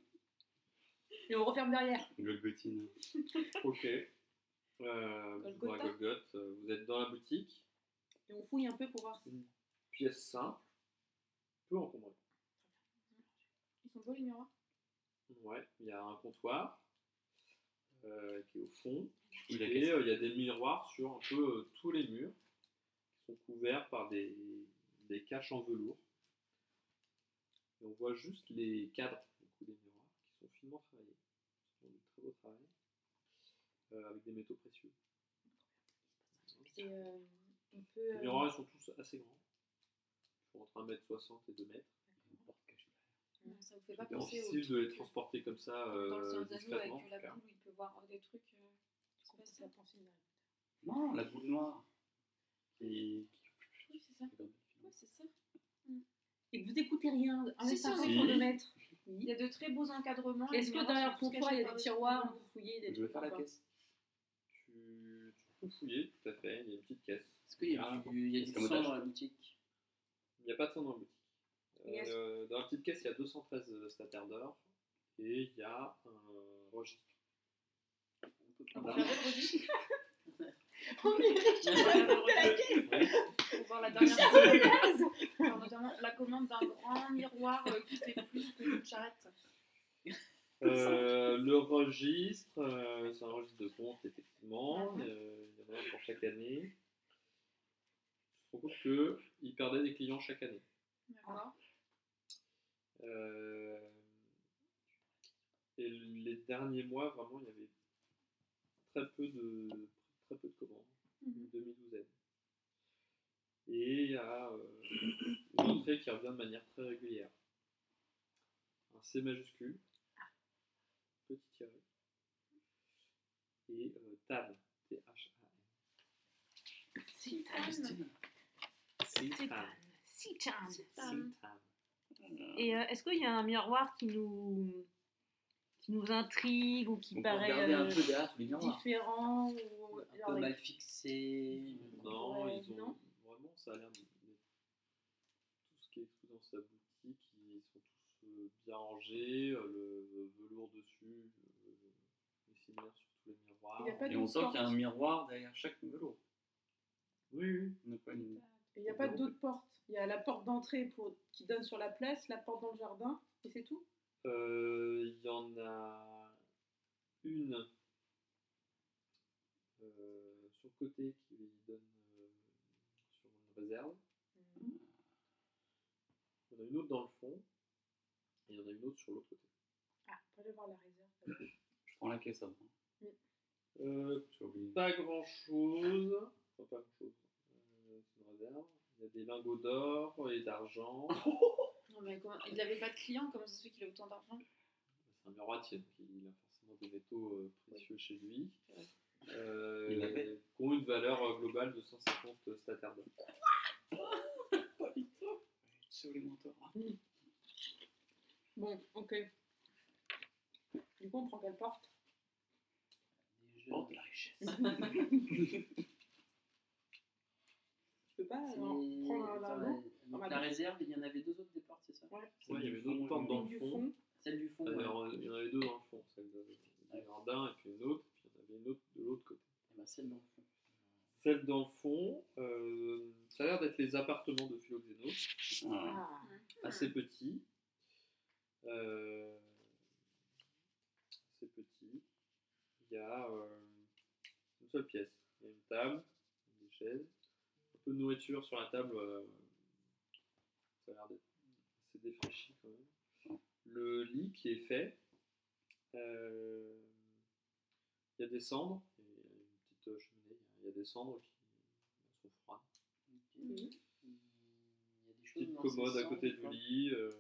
C: Et on referme derrière.
F: Golgotine.
A: Ok. Euh, bonjour à
D: Golgotha.
A: Golgoth. Euh, Vous êtes dans la boutique.
C: Et on fouille un peu pour voir si.
A: Pièce simple. Peu encombrée.
D: Ils sont beaux les miroirs.
A: Ouais, il y a un comptoir euh, qui est au fond.
F: Il a
A: et euh, il y a des miroirs sur un peu euh, tous les murs qui sont couverts par des, des caches en velours. Et on voit juste les cadres du coup, des miroirs qui sont finement travaillés. Ils sont du très beau travail. euh, avec des métaux précieux.
C: Et, euh, on peut.
A: Les
C: euh,
A: miroirs, ils sont tous assez grands. Ils font entre 1m60 et 2m.
D: Non, Ça vous fait pas
A: C'est
D: penser au.
A: difficile de les transporter comme ça euh,
D: Dans le Seigneur des Anneaux, avec
A: discrètement.
D: euh,
A: en
D: la
A: tout cas.
D: boule où il peut voir euh, des trucs. euh,
C: on peut
D: je sais pas si
C: se
D: ça-
C: la penser derrière.
F: Non, la boule noire. Et.
D: Oui, c'est ça. Ouais, c'est ça.
C: Et vous écoutez rien. Un
D: Si, si,
C: instant,
D: on
F: écoute.
C: de mètre.
D: Il y a de très beaux encadrements. les
C: Est-ce que
D: miroirs
C: derrière le
D: sont tous
C: comptoir, il y a
D: cachés
C: des
D: par des
C: tiroirs
D: tiroirs.
C: on peut fouiller des
F: Je vais
C: trucs
F: faire la
C: encore.
F: caisse.
A: Tu, tu peux fouiller, tout à fait. Il y a une petite caisse.
E: Est-ce qu'il y a
A: Ah,
E: du, il y a du sang
F: escamotage.
E: dans la boutique
A: Il n'y a pas de sang dans la boutique.
C: Et est-ce-
A: Euh, dans la petite caisse, il y a 213 stataires euh, d'or et il y a un registre.
E: On
D: On
E: peut
D: va
E: pas-
D: regarder le registre,
C: On est
D: on va regarder le registre
A: Ouais,
D: pour voir la dernière
C: de base.
D: Alors, notamment la commande d'un grand miroir euh, qui fait plus que une charrette.
A: euh, le registre, euh, c'est un registre de compte, effectivement. Euh, il y en a un pour chaque année. Je me rends compte que il perdait des clients chaque année.
D: D'accord.
A: Euh, Et les derniers mois, vraiment, il y avait très peu de, très peu de commandes, une demi-douzaine. Et il y a euh, une entrée qui revient de manière très régulière. Un C majuscule, petit tiré, et euh, TAN, T-H-A-N.
C: C'est Tan.
A: C'est Tan.
C: C'est Tan.
A: C'est Tan.
G: Et euh, est-ce qu'il y a un miroir qui nous, qui nous intrigue ou qui
E: On peut
G: paraît
E: regarder un
G: euh,
E: peu derrière tous les
C: ah.
E: miroirs.
C: Différent ou.
E: Un peu mal fixé.
A: Non,
C: Ouais,
A: ils ont
C: non.
A: vraiment, ça a l'air de... de- tout ce qui est exposé dans sa boutique, ils sont tous euh, bien rangés, euh, le velours dessus, euh, les similaires sur tous les miroirs.
C: Il y a pas
F: Et
C: de-
F: on sent qu'il y a un miroir derrière chaque velours.
A: Oui, oui.
F: Donc, ouais, une-
C: Il n'y a pas d'autres portes. Il y a la porte d'entrée pour... qui donne sur la place, la porte dans le jardin, et c'est tout.
A: Euh, Il y en a une euh, sur le côté qui donne euh, sur une réserve.
C: Mhm.
A: Il y en a une autre dans le fond. Et il y en a une autre sur l'autre côté.
C: Ah, on peut aller voir la réserve.
F: Je prends la caisse avant.
A: Euh,
F: J'ai oublié.
A: pas grand chose. Enfin, pas grand chose. c'est une réserve. Il y a des lingots d'or et d'argent.
D: Non, mais comment- Il n'avait pas de clients, comment ça se fait qu'il a autant d'argent
A: c'est un miroitier, donc il a forcément des métaux euh, précieux chez lui. Euh,
F: Il avait.
A: Qui ont une valeur euh, globale de 150 staters d'or.
E: Sur les mentors.
C: Bon, ok. Du coup, on prend quelle porte
E: Déjà,
F: Porte de
E: la richesse.
C: Tu peux pas euh, prendre la
E: la,
C: dans ma
E: la
C: bouche.
E: réserve, il y en avait deux autres des portes, c'est ça
A: Ouais, il y avait une
F: Celle du
A: autre porte
F: fond, oui.
A: dans le
C: du
A: fond.
C: fond
E: Celle du fond. ouais.
A: Alors, il y en avait deux dans le fond, celle de- du jardin, et puis une autre, puis il y en avait une autre de l'autre côté.
E: Eh ben, celle dans le fond.
A: Celle dans le fond, euh, ça a l'air d'être les appartements de Philoxénos,
F: Ah.
C: Ah,
A: assez petits. Euh, assez petits. Il y a euh, une seule pièce. Il y a une table, des chaises, un peu de nourriture sur la table. euh, ça a l'air d'être assez défraîchi quand même. Le lit qui est fait. euh, il y a des cendres. et Il y a une petite euh, cheminée. Il y a des cendres qui sont froides.
E: Ok.
C: Mhm.
E: Hum, Il y a des choses
A: Petite
E: dans ces
A: commode à
E: cendres,
A: côté du
E: quoi.
A: lit. euh,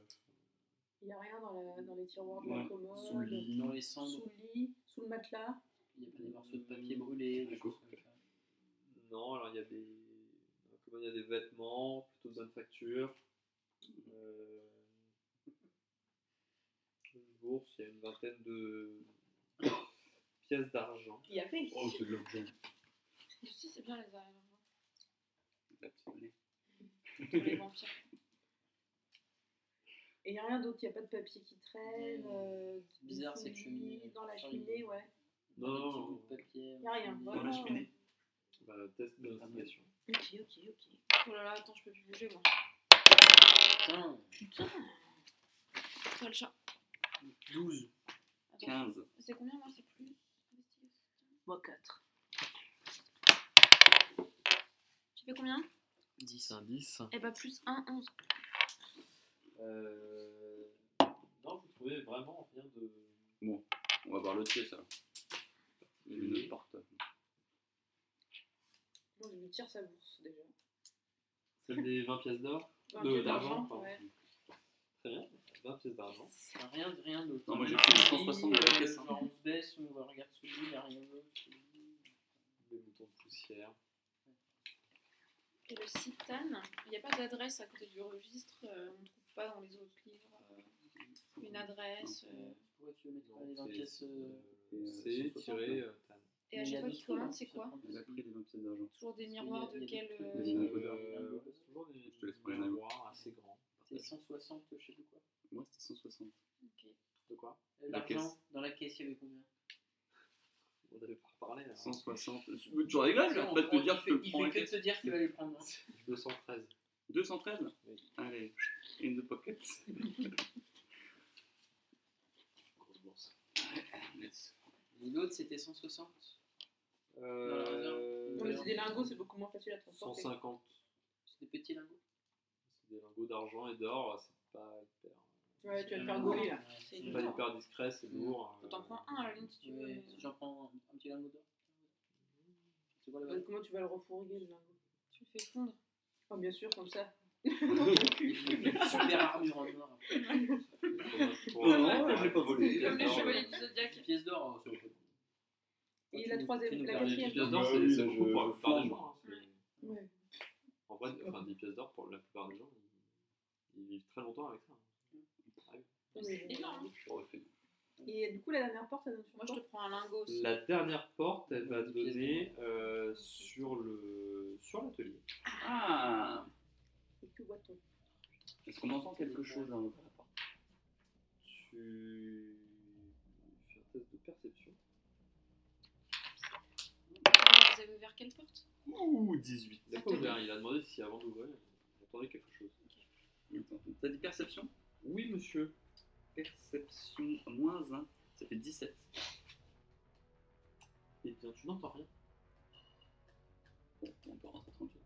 C: il n'y a rien dans, la- dans les tiroirs de la
F: Ouais.
C: commode.
A: Sous le lit.
E: Dans les cendres,
C: Sous le lit, sous le matelas.
E: il y a pas des morceaux de papier brûlé, des choses comme ça.
A: Non, alors il y a des, comment il y a des vêtements plutôt de bonne facture. Euh, Une bourse, il y a une vingtaine de pièces d'argent.
C: Il y avait.
F: Oh, c'est de l'objet.
D: Je sais, c'est bien les arènes.
F: La petite monnaie.
D: Les vampires.
C: Et il n'y a rien d'autre, il n'y a pas de papier qui traîne.
A: Mmh.
E: Ouais.
C: euh,
E: C'est bizarre,
C: sous
E: cette
C: le lit,
E: cheminée.
C: Dans la
E: Sur les-
C: cheminée, ouais.
A: Non,
E: Des
A: non,
E: petits
A: non.
E: bouts de papier.
C: Y a rien,
E: des-
F: Dans la
C: vraiment.
F: cheminée.
A: Bah, test de l'instigation.
G: Ok, ok, ok.
D: Oh là là, attends, je peux plus bouger moi.
E: Putain,
G: Putain,
D: Toi le chat.
E: 12.
D: Attends.
F: 15.
D: C'est combien moi C'est plus
G: moi 4.
D: Tu fais combien
E: 10.
D: Eh bah plus 1, 11.
A: Euh, non, vous trouvez vraiment rien de.
F: On va voir l'autre pièce alors. Il y a une autre porte.
C: Moi, je lui tire sa bourse déjà.
A: Celle des 20 pièces d'or
C: Un
A: De-
C: pied
A: d'argent, pardon.
C: ouais.
A: Très bien, 20 pièces d'argent.
E: Ah, Rien, rien d'autre.
F: Non, moi, j'ai
E: On
F: fait
E: a
F: le
E: dit,
F: 160 de la
E: euh,
F: caisse, hein.
E: genre, on se baisse, on va regarder sous le lit, il n'y a rien d'autre.
A: Des boutons de poussière.
D: Et le citane, il n'y a pas d'adresse à côté du registre, euh, on ne trouve pas dans les autres livres euh, une adresse. euh.
E: Pourquoi tu veux mettre pas
A: Non,
E: les 20
A: c'est-
E: pièces euh,
F: euh,
A: C'est tiré. euh, Tan.
D: Et à
E: mais il y
D: chaque
E: a
D: fois
E: d'autres
D: qu'ils commandent,
E: trucs,
D: c'est
E: hein,
D: quoi
E: ça prend
F: Il
E: plus
F: a
E: que-
F: pris des 20 pièces d'argent.
D: Toujours des
E: Parce qu'il y a-
D: miroirs de
E: il y a
D: quel.
E: des
D: euh,
E: trucs,
F: Vas-y,
E: euh,
A: Euh,
E: euh,
A: c'est toujours des,
F: Je te laisse
A: des
F: prendre la
A: miroirs assez grands.
E: C'est 160, je sais plus quoi.
F: Moi, c'était 160.
D: ok.
A: De quoi
E: Euh,
F: La
E: L'argent,
F: caisse.
E: dans la caisse, il y avait combien
A: On n'avait pas hein. parlé.
E: Ah,
A: alors.
F: 160. Tu rigoles, je vais pas te dire que
E: il
F: je
E: fait,
F: prends la
E: il fait que
F: caisse.
E: te dire qu'il va les prendre.
A: 213.
F: 213
A: Oui.
F: Allez, in the pocket.
A: Grosse bourse.
E: Et l'autre, c'était 160.
A: Euh,
C: Non, mais c'est des lingots, c'est beaucoup moins facile à transporter.
A: 150.
E: C'est des petits lingots.
A: C'est des lingots d'argent et d'or, c'est pas hyper.
C: Ouais, tu vas te faire
E: Euh,
C: gauler là.
E: ouais,
D: C'est
A: C'est
E: je-
A: pas
D: Non.
A: hyper discret, c'est lourd. hein.
D: T'en prends un à la ligne si tu veux.
E: Ouais,
D: mais-
E: J'en prends un, un petit lingot d'or. C'est quoi
C: Euh,
E: le
C: Comment tu vas le refourguer le lingot
D: Tu le fais fondre.
C: Oh, bien sûr, comme ça. Dans ton cul.
E: Une super armure en noir.
A: Euh, Non, non, j'ai Ah, pas volé.
D: Comme les
A: Non,
D: chevaliers
A: ouais.
D: du Zodiac.
E: Une pièce d'or. euh, sur-
C: Et
E: Tu
C: la
E: nous- tu
C: troisième,
E: nous
C: la
E: permets-
A: Les
C: quatrième.
A: pièces d'or,
F: Bah
A: c'est
F: oui,
A: c'est
F: ça,
A: beaucoup
F: je-
A: pour la plupart des
F: forme.
A: gens. hein, c'est-
D: Ouais.
C: Ouais.
A: En vrai, enfin, 10 pièces d'or pour la plupart des gens, ils, ils vivent très longtemps avec ça. hein. Ah
D: C'est énorme.
A: Je refais.
C: Et euh, du coup, la dernière porte, ça donne sur
D: Moi, je te
C: quoi
D: prends un lingot aussi.
A: La dernière porte, elle va
E: Dix pièces
A: donner euh, sur le sur l'atelier.
F: Ah
C: Et que voit-on
F: Est-ce qu'on entend quelque chose dans le rapport
A: Tu fais un test de perception.
D: Vous avez ouvert quelle porte
A: Ouh, 18. Il a pas
D: Atelier.
A: ouvert, il a demandé si avant d'ouvrir, il attendait quelque chose.
F: Attends, T'as dit perception
A: Oui, monsieur.
F: Perception moins 1, ça fait 17.
A: Eh bien, tu n'entends rien.
F: Bon, on peut rentrer tranquille.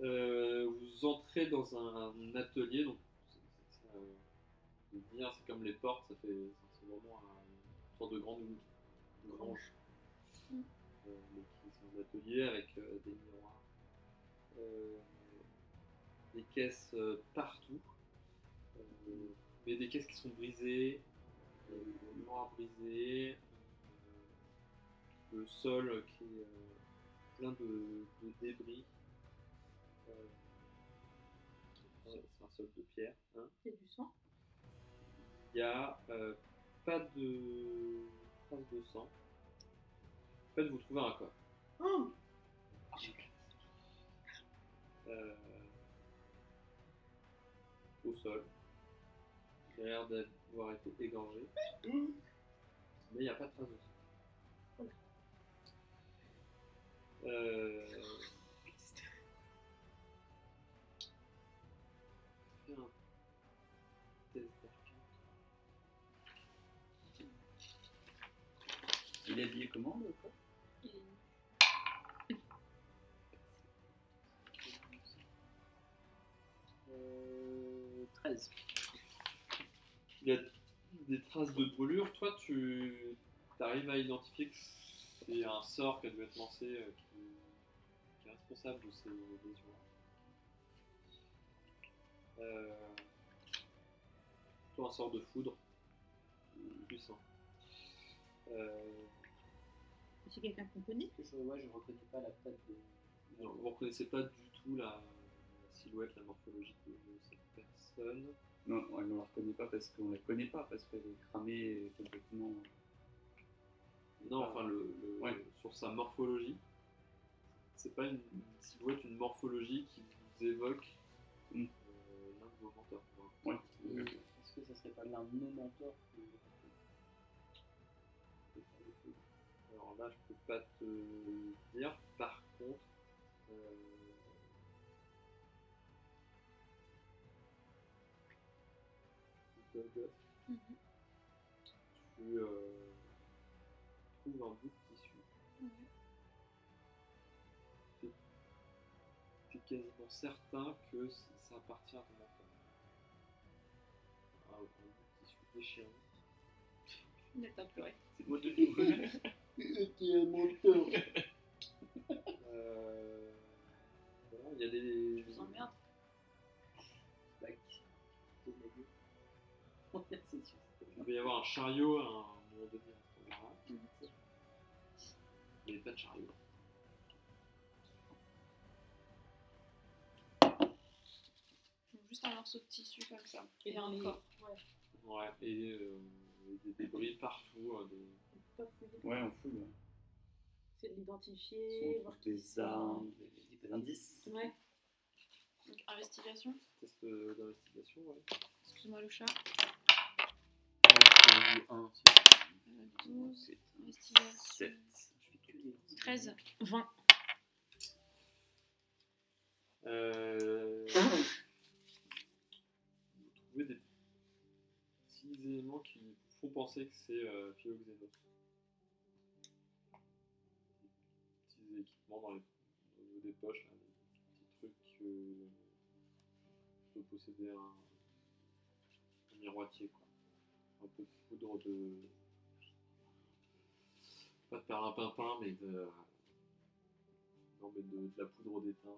A: Euh, vous entrez dans un atelier, donc c'est- c'est- c'est, euh, c'est bien, c'est comme les portes, ça fait c'est vraiment un- une sorte de grande une grange.
D: Mm.
A: Euh, mais qui sont un atelier avec euh, des miroirs, euh, des caisses euh, partout, euh, mais des caisses qui sont brisées, euh, des miroirs brisés, euh, le sol qui est euh, plein de- de débris. Euh, ouais, c'est un sol de pierre. hein.
C: Il y a du sang.
A: Il n'y a euh, pas de trace de sang. En fait, vous trouvez un corps.
C: Oh
A: euh, au sol. Il a l'air d'avoir été égorgé. Mais il n'y a pas de trace de sang. Euh, fais un test d'arcane.
F: Il est habillé comment le corps
D: Il est
E: Euh, 13.
A: Il y a des traces de brûlure. Toi, tu arrives à identifier que c'est un sort qui a dû être lancé euh, qui, qui est responsable de ces lésions. Euh, plutôt un sort de foudre puissant. Euh,
G: C'est quelqu'un qu'on connaît
E: Parce que je, ouais, je reconnais pas la tête de.
A: non, vous reconnaissez pas du tout la, la silhouette, la morphologie de cette personne.
F: Non, elle ne la reconnaît pas parce qu'on la connaît pas, parce qu'elle est cramée complètement.
A: Non, enfin, le, le-
F: Bah, Ouais.
A: sur sa morphologie. C'est pas une une silhouette, une morphologie qui vous évoque
F: Mm.
A: euh, l'un de vos mentors. quoi.
F: Ouais.
E: Et Est-ce que ça serait pas l'un de nos mentors qui-
A: Alors là, je peux pas te dire. Par contre, euh, Golgoth,
D: Mhm.
A: tu euh, trouves un bout de tissu.
D: Ouais.
A: T'es quasiment certain que c- ça appartient à ton mentor. Un, un bout de tissu déchirant.
D: Il a pas pleuré.
F: C'est moi de
A: Euh, voilà, il y a des.
D: Je vous emmerde.
E: Bah, qui- qui est la gueule C'est sûr.
A: Il va y avoir un chariot à un moment donné à ce moment-là.
D: Mhm.
A: Mais pas de chariot.
D: Donc, Juste un morceau de tissu comme ça.
C: Et
D: Et
C: dans les-
D: un corps.
C: Ouais,
A: Ouais, et euh, et des débris partout. euh, des-
C: on peut pas fouiller.
F: Ouais, on fouille. ouais.
C: C'est de l'identifier,
F: On
C: voir
F: trouve
C: qui
F: des
C: c'est.
F: armes, des, des indices.
C: Ouais.
D: Donc, investigation.
A: Test euh, d'investigation, ouais.
D: Excuse-moi le chat.
F: Un,
D: Euh,
F: c'est-
D: 12.
F: c'est-
D: Investigation.
F: Sept.
D: 13.
G: 20.
A: Euh, vous trouvez des petits éléments qui vous font penser que c'est euh, Philoxénos. Des petits équipements dans les, au niveau des poches, là, des petits trucs euh, peux posséder un, un miroitier, quoi. Un peu de poudre de. Pas de perlimpinpin, mais de. Non, mais de, de la poudre d'étain.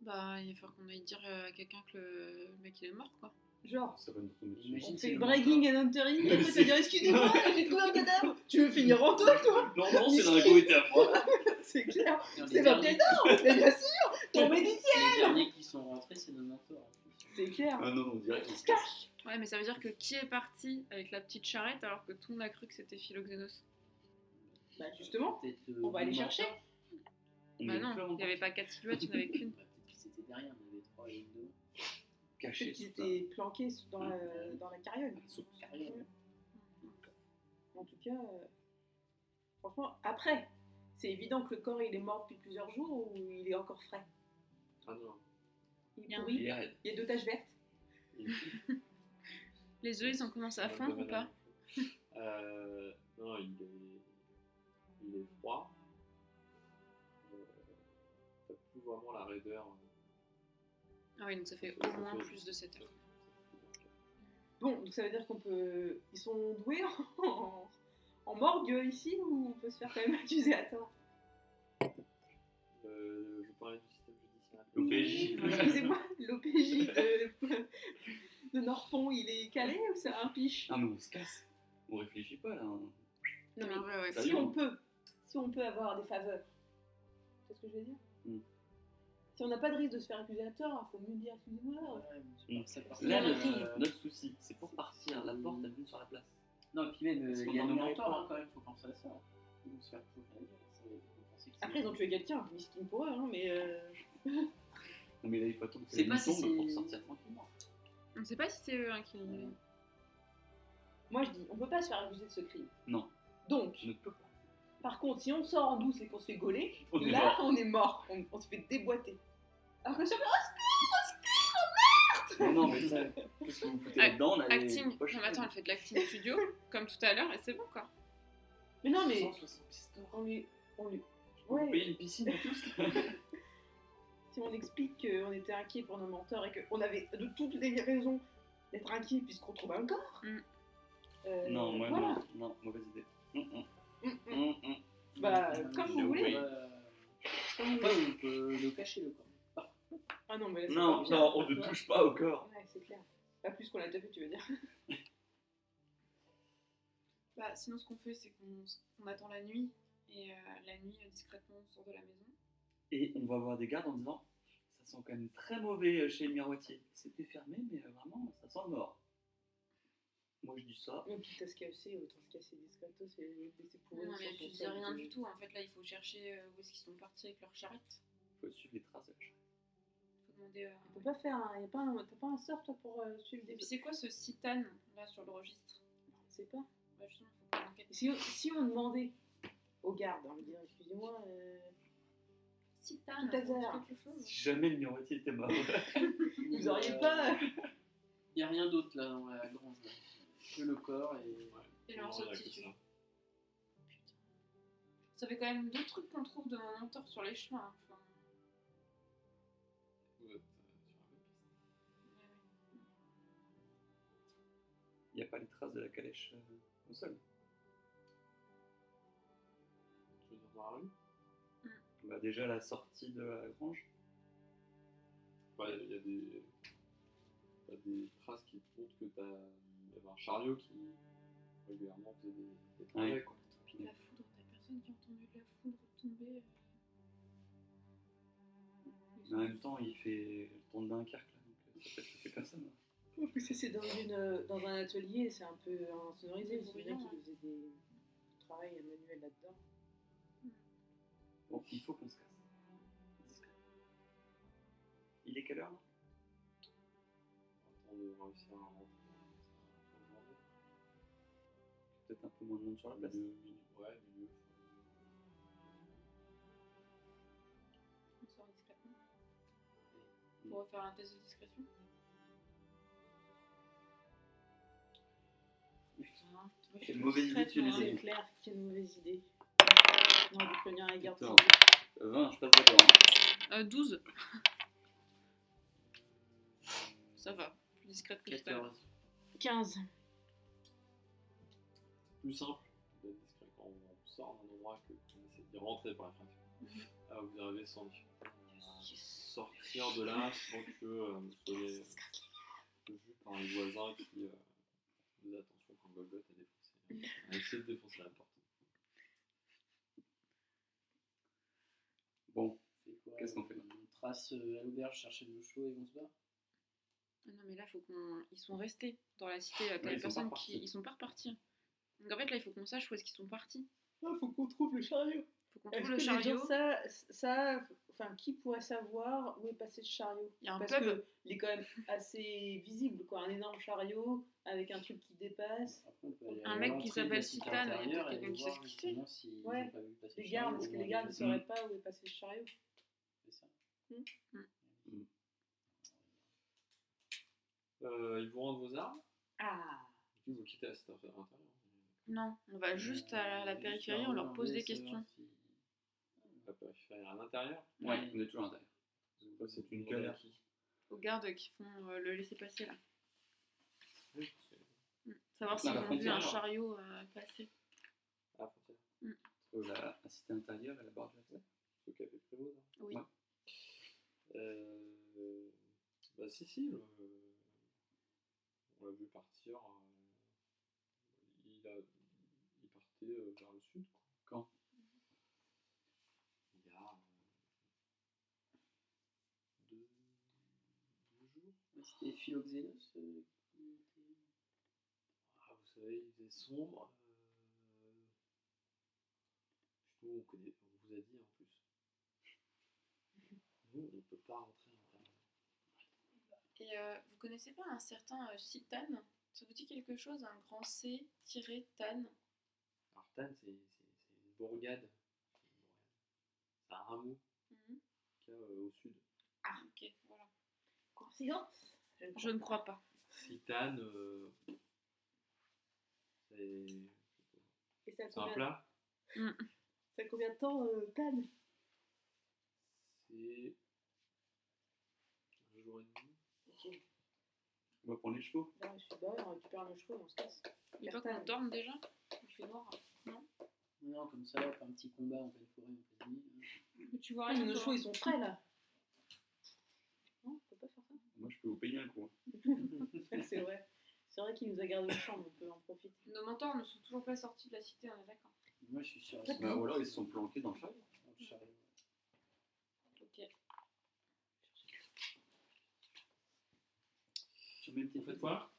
D: Bah, il va falloir qu'on aille dire euh, à quelqu'un que le le mec il est mort, quoi.
C: Genre,
A: Ça va nous tomber dessus.
E: Imagine
C: on
E: si
C: fait
E: le
C: breaking and entering, et après, tu vas dire excusez-moi, j'ai trouvé un cadavre, tu veux finir en toi, toi
F: Non, non, c'est Drago était à moi.
C: C'est clair,
E: Dans les
C: c'est pas
E: derniers-
C: cadavre, mais bien sûr, tombé du ciel
E: Les derniers qui sont rentrés, c'est nos mentors. en plus.
C: C'est clair,
F: Ah non, on dirait
C: on
F: qu'il
C: se cache
D: Ouais, mais ça veut dire que qui est parti avec la petite charrette alors que tout le monde a cru que c'était Philoxénos
C: Bah, justement,
E: Peut-être, euh,
C: on va aller
E: nos
C: chercher.
E: mentors.
D: Bah non, il n'y avait pas quatre silhouettes, il n'y en avait qu'une.
E: Bah, Peut-être que c'était derrière, on avait trois et deux.
F: caché.
C: Peut-être qu'ils étaient planqués sous- dans la, dans la carriole.
E: Carrière.
C: hein. En tout cas, euh, franchement, après, c'est évident que le corps il est mort depuis plusieurs jours ou il est encore frais.
A: Ah non.
C: Il
D: y
C: est
D: a un-
C: pourri,
F: Il est raide.
C: il y a deux taches vertes.
D: Les œufs, ils ont commencé à
A: Ouais,
D: fondre ou
A: banane.
D: pas
A: Euh, Non, il est, il est froid. Euh, T'as plus vraiment la raideur. hein.
D: Ah oui, donc ça fait au moins plus de 7 heures.
C: Bon, donc ça veut dire qu'on peut. Ils sont doués en, en morgue ici ou on peut se faire quand même accuser à tort
A: Euh, je parlais du système judiciaire.
F: L'OPJ.
D: Bah
C: Excusez-moi, l'OPJ de, de Norpon, il est calé ou c'est un piche
F: Non, Ah, mais on se casse. On réfléchit pas là.
C: Non, mais
D: Ah ouais, ouais.
F: Ça
C: si
F: vient.
C: on
A: hein.
C: peut, si on peut avoir des faveurs, c'est ce que je veux dire
F: Mm.
C: Si on n'a pas de risque de se faire accuser à tort, il faut mieux dire excusez-moi.
E: Ouais,
F: Mm.
E: mais c'est par- ça part-
F: Là,
E: euh,
F: le- notre souci, c'est pour partir. La porte, elle donne sur la place.
E: Non, et puis même, euh,
F: Parce qu'on
E: il y a
F: en
E: nos
F: verrait
E: mentors
F: pas.
E: hein, quand même, faut penser à ça. hein. Ils vont se faire pourrir. ça va être- ils vont penser que c'est-
C: Après, ils ont tué quelqu'un, miskin pour eux, hein, mais. euh,
F: Non, mais là, il faut attendre que
E: C'est
F: la
E: pas
F: nuit
E: si
F: tombe
E: c'est-
F: pour sortir tranquillement.
D: On ne sait pas si c'est eux hein, qui l'ont.
C: Moi, je dis, on peut pas se faire accuser de ce crime.
F: Non.
C: Donc,
F: Je ne peux pas.
C: par contre, si on sort en douce et qu'on se fait gauler,
F: On est
C: là,
F: mort.
C: on est mort, on, on se fait déboîter. Ah, Alors que sur
F: Non, non, mais ça, qu'est-ce que vous foutez là-dedans on a les
D: Acting.
F: poches
D: Non, mais attends, elle fait de l'acting studio, comme tout à l'heure, et c'est bon, quoi.
C: Mais non, mais
F: 160 pistons.
C: on lui. On lui...
F: Vous
C: Ouais.
F: payez une piscine et tout ça.
C: si on explique qu'on était inquiet pour nos menteurs et qu'on avait de toutes les raisons d'être inquiet puisqu'on trouve un corps.
D: Mm.
C: euh,
F: Non, moi,
C: voilà.
F: non, non, mauvaise idée. Hum, hum,
C: Mm, mm.
F: hum, hum.
C: Bah,
E: Euh,
C: comme
E: je-
C: vous voulez.
E: euh,
C: Comme vous
E: Après,
C: voulez.
E: on peut le cacher le corps.
C: Ah non, mais là, c'est
F: Non,
C: pas bien.
F: non, on ne touche pas au corps.
C: Ouais, c'est clair. Pas plus qu'on l'a déjà fait, tu veux dire.
D: Bah, sinon, ce qu'on fait, c'est qu'on s- on attend la nuit, et euh, la nuit, euh, discrètement, on sort de la maison.
F: Et on va voir des gardes en disant Ça sent quand même très mauvais euh, chez le miroitier. C'était fermé, mais euh, vraiment, ça sent le mort. Moi, je dis ça.
C: Et puis t'as se casser, autant se casser discretos et laisser pour
D: Non, mais tu dis rien du tout. En fait, là, il faut chercher euh, où est-ce qu'ils sont partis avec leur charrette.
F: Faut suivre les traces de la charrette.
D: Faut demander. euh,
C: On peut pas faire un. y a pas un- T'as pas un sort, toi, pour euh, suivre
D: Et
C: des
D: puis, c'est quoi ce citane, là, sur le registre
C: Je sais pas.
D: Bah, justement, faut qu'on enquête.
C: Si, on- si on demandait aux gardes, on lui dirait excusez-moi. euh,
D: Citane,
C: Tout à
D: ça me dit
C: l'heure.
D: quelque chose.
F: Si jamais le miroitier était mort.
C: Vous auriez
F: Euh.
C: pas. euh,
E: Il n'y Euh, a rien d'autre là dans la grange. là. Que le corps et.
D: Et le morceau de
A: Ouais,
D: tissu.
A: c'est ça.
D: Ça fait quand même deux trucs qu'on trouve de mon mentor sur les chemins. hein. Enfin,
A: Vous êtes, euh, sur la même
F: Il n'y a pas les traces de la calèche euh, au sol.
A: piste. Tu veux dire dans la rue
F: Bah, déjà, la sortie de la grange.
A: Ouais, Bah, il y a des, t'as des traces qui te montrent que t'as il y avait un chariot qui régulièrement faisait des, des trajets.
F: Ouais.
A: quoi.
D: Puis de la foudre, la personne qui a entendu de la foudre tomber. euh.
F: Mais en même temps, il fait le temps de Dunkerque. Là, donc, euh, ça peut être que personne. hein.
C: Ça, c'est dans, une, euh, dans un atelier, c'est un peu insonorisé.
D: C'est
C: C'est vrai
D: bruyant,
C: qui faisait des travail manuel là-dedans.
F: Bon, il faut qu'on se casse. Discret. Il est quelle heure là
A: Attends de réussir à rentrer dans la journée.
F: Peut-être un peu moins de monde sur la place.
A: Milieu- milieu- ouais, milieu.
D: On sort discrètement. Pour faire un test de discrétion.
F: Quelle mauvaise idée tu les as
C: C'est
F: mis.
C: clair, quelle mauvaise idée. On va prévenir les gardes.
F: Putain. 20, je Euh, passe d'accord. hein.
D: Euh, 12. Ça va, plus discrète que tout à l'heure.
E: 14.
G: 15.
A: plus simple d'être discret quand on sort d'un endroit que qu'on essaie d'y rentrer par effraction. Ah, vous arrivez sans difficulté à sortir de là sans que euh, vous soyez vu par les voisins qui euh, faisaient attention quand Golgoth a défoncé. a essayé de défoncer la porte.
H: Bon,
E: Fait quoi,
H: Qu'est-ce qu'on fait
E: On trace euh, à l'auberge chercher le chaud et on se bat.
D: Ah Non mais là faut qu'on ils sont restés dans la cité là. T'as
H: Ouais,
D: des
H: ils sont pas
D: personnes qui
H: repartis.
D: ils sont pas repartis. Donc en fait là il faut qu'on sache où est-ce qu'ils sont partis.
C: Il Ah, faut qu'on trouve le chariot.
D: Faut qu'on
C: Est-ce
D: trouve
C: que
D: le
C: les
D: chariot.
C: gens ça, ça, enfin, qui pourrait savoir où est passé le chariot
D: Il y a un
C: Parce
D: pub.
C: que il est quand même assez visible, quoi. Un énorme chariot avec un truc qui dépasse.
E: Après, on peut aller
D: Un
E: à
D: mec qui
E: l'entrée de
D: s'appelle
E: la cité
D: Citan, il y a peut-être
E: intérieure et
D: quelqu'un qui sait
E: voir
D: ce qu'il fait.
E: justement s'ils ont
C: Ouais.
E: pas vu passer le
C: Les
E: chariot,
C: gardes, parce
E: au
C: que
E: moins
C: les gardes ne
E: déjà,
C: sauraient pas où est passé le chariot.
E: c'est ça.
A: Euh, ils vous rendent vos armes,
C: Ah
A: du coup vous quittez à cette affaire intérieure.
D: Non, on va juste à la
H: Euh,
E: Juste
D: périphérie, on
E: leur
D: leur pose des
E: demander,
D: questions.
E: savoir si-
A: La périphérie à l'intérieur.
H: ouais, on est toujours à l'intérieur. Ça, C'est une galère.
D: Aux gardes qui font euh, le laisser passer là.
A: Oui, c'est
D: Mm. Savoir
H: Là,
D: s'ils
H: la
D: ont vu un
H: frontière,
D: chariot euh, passer.
A: à la frontière.
H: Entre la, la cité intérieure et la barre de l'accès.
A: Ceux qui avaient prévu, là.
D: Oui.
H: Ouais.
A: Euh, bah si si, le- on l'a vu partir. euh, il, a, il partait euh, vers le sud. Quoi.
H: Quand
A: Il y a euh, deux, deux jours.
E: Ouais, bah, C'était Philoxénos euh, qui était-
A: Ah, vous savez, il faisait sombre. euh, Nous, on connaît, on vous a dit en plus. Nous, on ne peut pas rentrer à l'intérieur.
D: Et euh, vous connaissez pas un certain euh, Citan Ça vous dit quelque chose Un grand C tiré Tan
A: Alors, Tan, c'est c'est- c'est une bourgade. C'est un hameau
D: Mhm.
A: qu'il y a euh, au sud.
D: Ah ok, voilà.
C: Coïncidence
D: Je ne crois pas.
A: Citan, euh, c'est
C: Et ça
A: c'est un
C: combien,
A: plat.
C: ça combien de temps, euh, Tan
A: C'est un jour et demi.
H: On va prendre les chevaux.
C: Là, je suis bas, on récupère le chevaux, on se casse.
D: Il faut
C: Tan.
D: qu'on dorme déjà Il fait noir. hein.
E: Non, comme ça, on fait un petit combat en pleine forêt, en pleine nuit.
D: Mais tu vois
C: Ah, mais
D: rien.
C: nos
D: toi.
C: chevaux, ils sont frais, là. Non, on peut pas faire ça.
H: Moi, je peux vous payer un coup. hein.
C: Ouais, C'est vrai. C'est vrai qu'il nous a gardé au champ, on peut en profiter.
D: Nos mentors ne sont toujours pas sortis de la cité, on est d'accord.
E: Moi, je suis sûr.
H: Bah, ou alors, ils se sont planqués dans le chariot.
E: Dans le chariot.
D: Ok.
H: Tu mets une petite
A: Vous faites quoi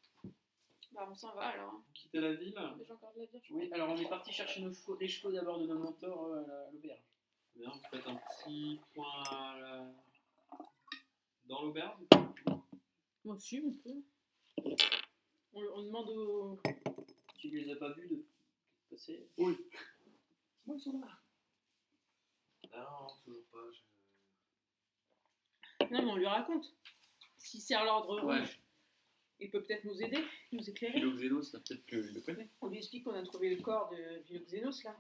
D: Bah on s'en va alors. hein.
A: Vous quittez la ville
D: Déjà encore de la bière, je
E: Oui, alors on est parti chercher nos chevaux, les chevaux d'abord de nos mentors euh, à la- à l'auberge.
A: Bien, vous faites un petit point à la- dans l'auberge.
C: Moi aussi, on peut. On, on demande au.
E: Tu ne les as pas vus de passer
H: Moi, ils sont là.
A: Ah non, toujours pas. je-
C: Non, mais on lui raconte. S'il sert l'ordre
H: Ouais.
C: rouge, il peut peut-être nous aider, nous éclairer.
H: Philoxénos, là, peut-être qu'il le connaît.
C: On lui explique qu'on a trouvé le corps de Philoxénos, là.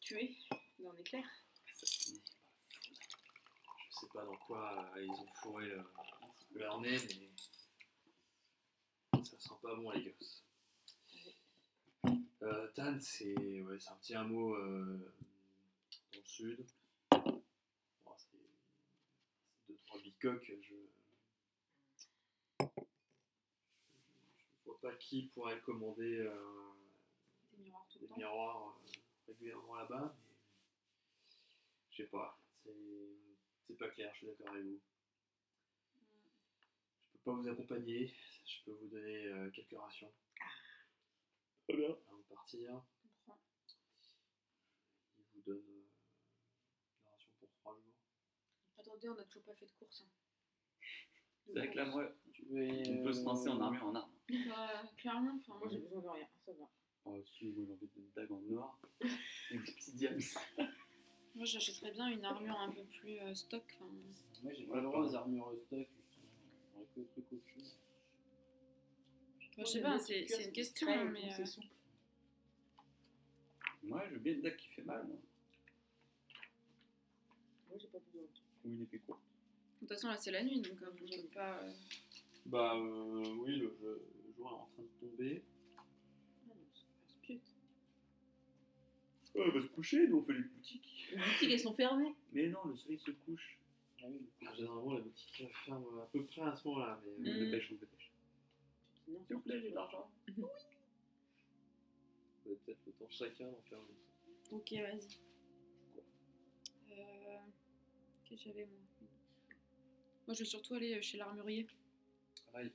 C: Tué d'un éclair.
A: Je sais pas dans quoi euh, ils ont fourré le, le harnais, mais ça sent pas bon les gosses. Euh, Tan, c'est ouais, c'est un petit hameau euh, dans le sud. Bon, c'est c'est deux trois bicoques. Je... je vois pas qui pourrait commander euh,
D: des miroirs tout le
A: des
D: temps.
A: miroirs euh, régulièrement là-bas. mais Je sais pas, c'est c'est pas clair, je suis d'accord avec vous. Je peux pas vous accompagner, je peux vous donner euh, quelques rations. Très bien. Avant de partir,
D: Je comprends.
A: il vous donne euh, une ration pour 3 jours.
D: Attendez, on a toujours pas fait de course. hein.
H: C'est avec la moi.
E: Tu veux, euh,
H: On peut se lancer en armure en arme.
D: Bah, clairement, enfin,
C: Moi, j'ai besoin de rien, ça va.
H: Oh, si, moi, j'ai envie d'une dague en noir. Et des petits diams.
D: moi j'achèterais bien une armure un peu plus euh, stock. enfin,
E: Moi, j'ai pas le droit aux armures stock, justement. J'aurais que le truc au cul.
D: je sais
C: Ouais,
D: pas,
C: mais
D: c'est
C: le cuir,
D: c'est une question,
C: discret, donc
D: mais
C: c'est
D: euh,
C: souple.
H: Moi, je veux bien une dague qui fait mal. moi.
C: Moi, j'ai pas besoin de tout.
H: ou une épée courte.
D: De toute façon, là, c'est la nuit, donc euh, on peut pas. euh,
A: Bah euh, oui, le, le jour est en train de tomber.
H: Ouais, elle va se coucher, nous on fait les boutiques.
C: Les boutiques, elles sont fermées.
H: Mais non, le soleil se couche.
E: Ah oui,
A: Ah, généralement, la boutique ferme à peu près à ce moment-là, mais
H: On
A: euh,
H: se dépêche, on se dépêche.
C: Non.
H: S'il vous plaît, j'ai de l'argent.
A: vous avez peut-être le temps chacun d'en faire une.
D: Ok, vas-y. Euh... Qu'est-ce que j'avais moi Moi, je vais surtout aller euh, chez l'armurier.
H: Pareil.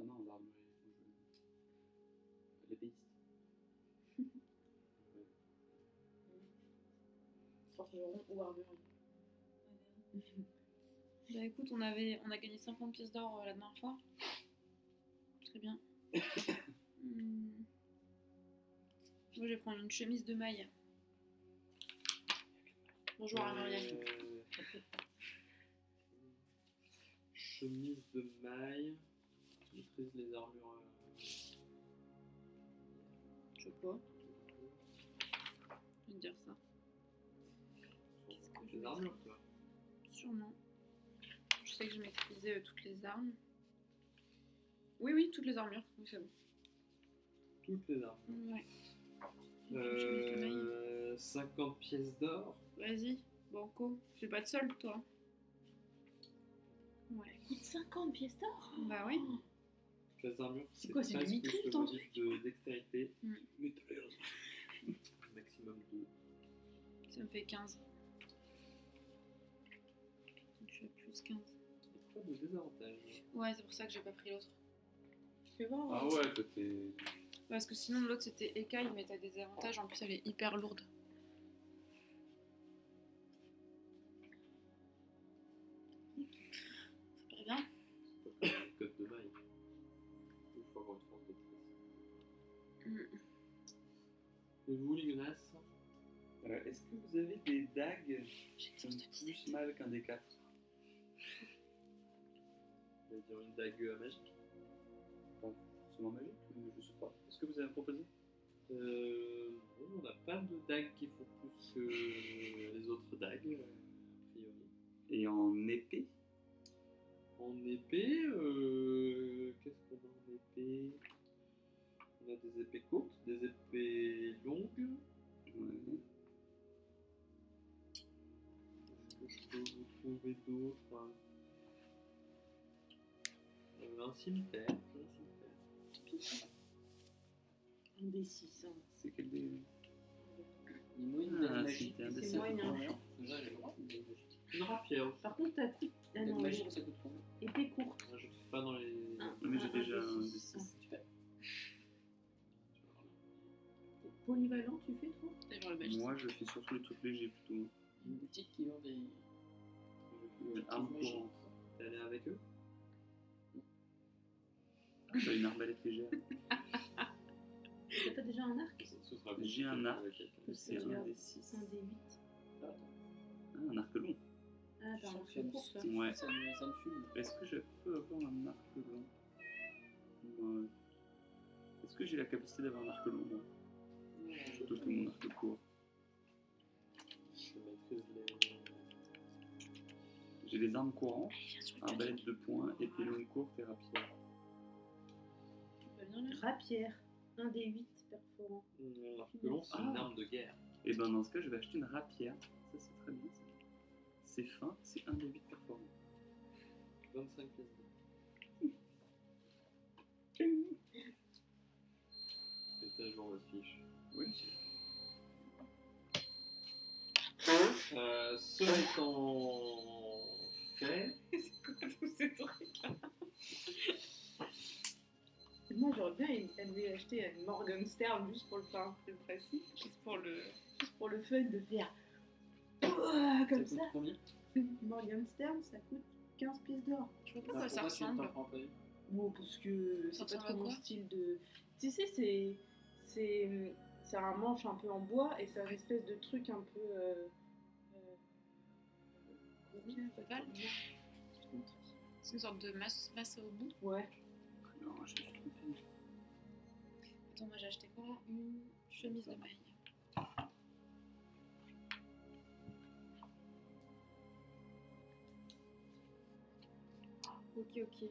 H: Ah non, l'armurerie. je- L'épéiste.
C: Forgeron ou armure.
D: Bah écoute, on, avait... on a gagné 50 pièces d'or euh, la dernière fois. Très bien. Hmm. Moi, je vais prendre une chemise de maille. Bonjour, armurier.
A: Euh, Chemise de maille, qui maîtrise les armures. euh,
D: Je sais pas, je vais te dire ça. Qu'est-ce que je
A: les
D: vais
A: armures, quoi.
D: Sûrement. Je sais que je maîtrisais euh, toutes les armes. Oui, oui, toutes les armures. Oui, c'est bon.
A: Toutes les armes.
D: Ouais. Chemise de maille.
A: Euh, 50 pièces d'or.
D: Vas-y, Banco. J'ai pas de solde, toi. Ouais.
C: Il y a 50 pièces d'or
D: Bah oui.
A: Les armures,
C: C'est quoi, c'est du
A: presque
C: mitril,
A: le
C: ton
A: modif de dextérité.
D: Mm.
A: Maximum 2.
D: Ça me fait 15. Donc je suis à plus 15.
A: Pas de désavantage.
D: Ouais, c'est pour ça que j'ai pas pris l'autre.
C: Je vais voir.
H: Ah ouais, toi t'es.
D: Parce que sinon, l'autre c'était écaille, mais t'as des avantages. En plus, elle est hyper lourde. Super bien.
A: C'est pas comme le code de maille. Il faut avoir une force de presse. Et vous, les menaces
F: Euh, Est-ce que vous avez des dagues
D: J'ai une
F: qui ont
D: source de
F: plus mal qu'un des quatre
A: On va dire une dague à magique.
F: Forcément magique, mais je sais pas. Est-ce que vous avez proposé
A: Euh, non, on n'a pas de dagues qui font plus que les autres dagues, euh, a priori.
F: Et en épée
A: En épée, euh, qu'est-ce qu'on a en épée On a des épées courtes, des épées longues. Qu'est-ce que je peux vous trouver d'autre Euh, Un cimetière. Un cimetière.
C: Un des 600.
H: C'est quel des.
E: Les moines,
A: Ah,
E: la magie.
A: c'était un
C: dessin.
E: Déjà, j'ai le droit, mais la magie.
A: Une rapière aussi.
C: Par contre, t'as coûté. Ah
E: La
C: non,
E: magie,
C: mais-
E: ça coûte combien
C: épée courte.
A: Moi, Ah, je suis pas dans les.
H: Ah, mais j'ai déjà un
C: des
H: des
C: six.
E: Super.
C: Et Polyvalent, tu fais, toi
D: T'as genre le badge.
H: Moi je fais surtout les trucs légers plutôt.
E: Une boutique qui vend des.
H: Une arme
E: magie.
H: courante.
A: T'es allé avec eux
H: J'ai une arbalète légère.
C: T'as pas déjà un arc
A: Ce sera
H: J'ai un arc. hein. C'est
C: Celui-là.
H: un des six.
C: Un des 8.
H: Ah, un arc long.
C: Ah, t'as un
E: Ça
C: arc
E: fume.
C: court, toi.
H: Ouais.
E: Ça me ça me fume.
H: Est-ce que je peux avoir un arc long Moi, Est-ce que j'ai la capacité d'avoir un arc long moi Plutôt que mon arc court.
A: Je maîtrise les.
H: J'ai les armes courantes,
D: Il y a un truc que
H: arbalète de poing, épée longue courte et rapière.
D: tu peux bien lire.
C: Rapière. Un des 8 perforant.
A: Un arc long, c'est une
H: Ah.
A: arme de guerre.
H: Et ben dans ce cas, je vais acheter une rapière. Ça, c'est très bien. ça. C'est fin, c'est un des 8 performants.
A: 25 pièces d'or. C'était à jour votre fiche.
H: Oui.
A: Euh, cela étant fait,
D: C'est quoi tous ces trucs
C: Moi, j'aurais bien aimé acheter une Morgan Stern juste pour le pain, le principe.
D: Juste pour le.
C: Juste pour le fun de faire. Pouah, Comme
E: coûte
C: ça.
E: combien
C: Morgan Stern, ça coûte 15 pièces d'or.
D: Je vois pas quoi ça
E: tu ne t'en
D: ressemble.
E: prends pas une
C: Bon, parce que
D: Ça
C: c'est pas
D: ressemble
C: trop
D: à
C: mon
D: quoi
C: style de. Tu sais, c'est. C'est. C'est un manche un peu en bois et c'est un espèce de truc un peu. euh, euh,
D: Oui, c'est pas le bien. C'est une sorte de masse, masse au bout.
C: Ouais.
H: Non, je me suis trompé.
D: Attends, moi j'ai acheté quoi Une chemise de maille. Ok, ok.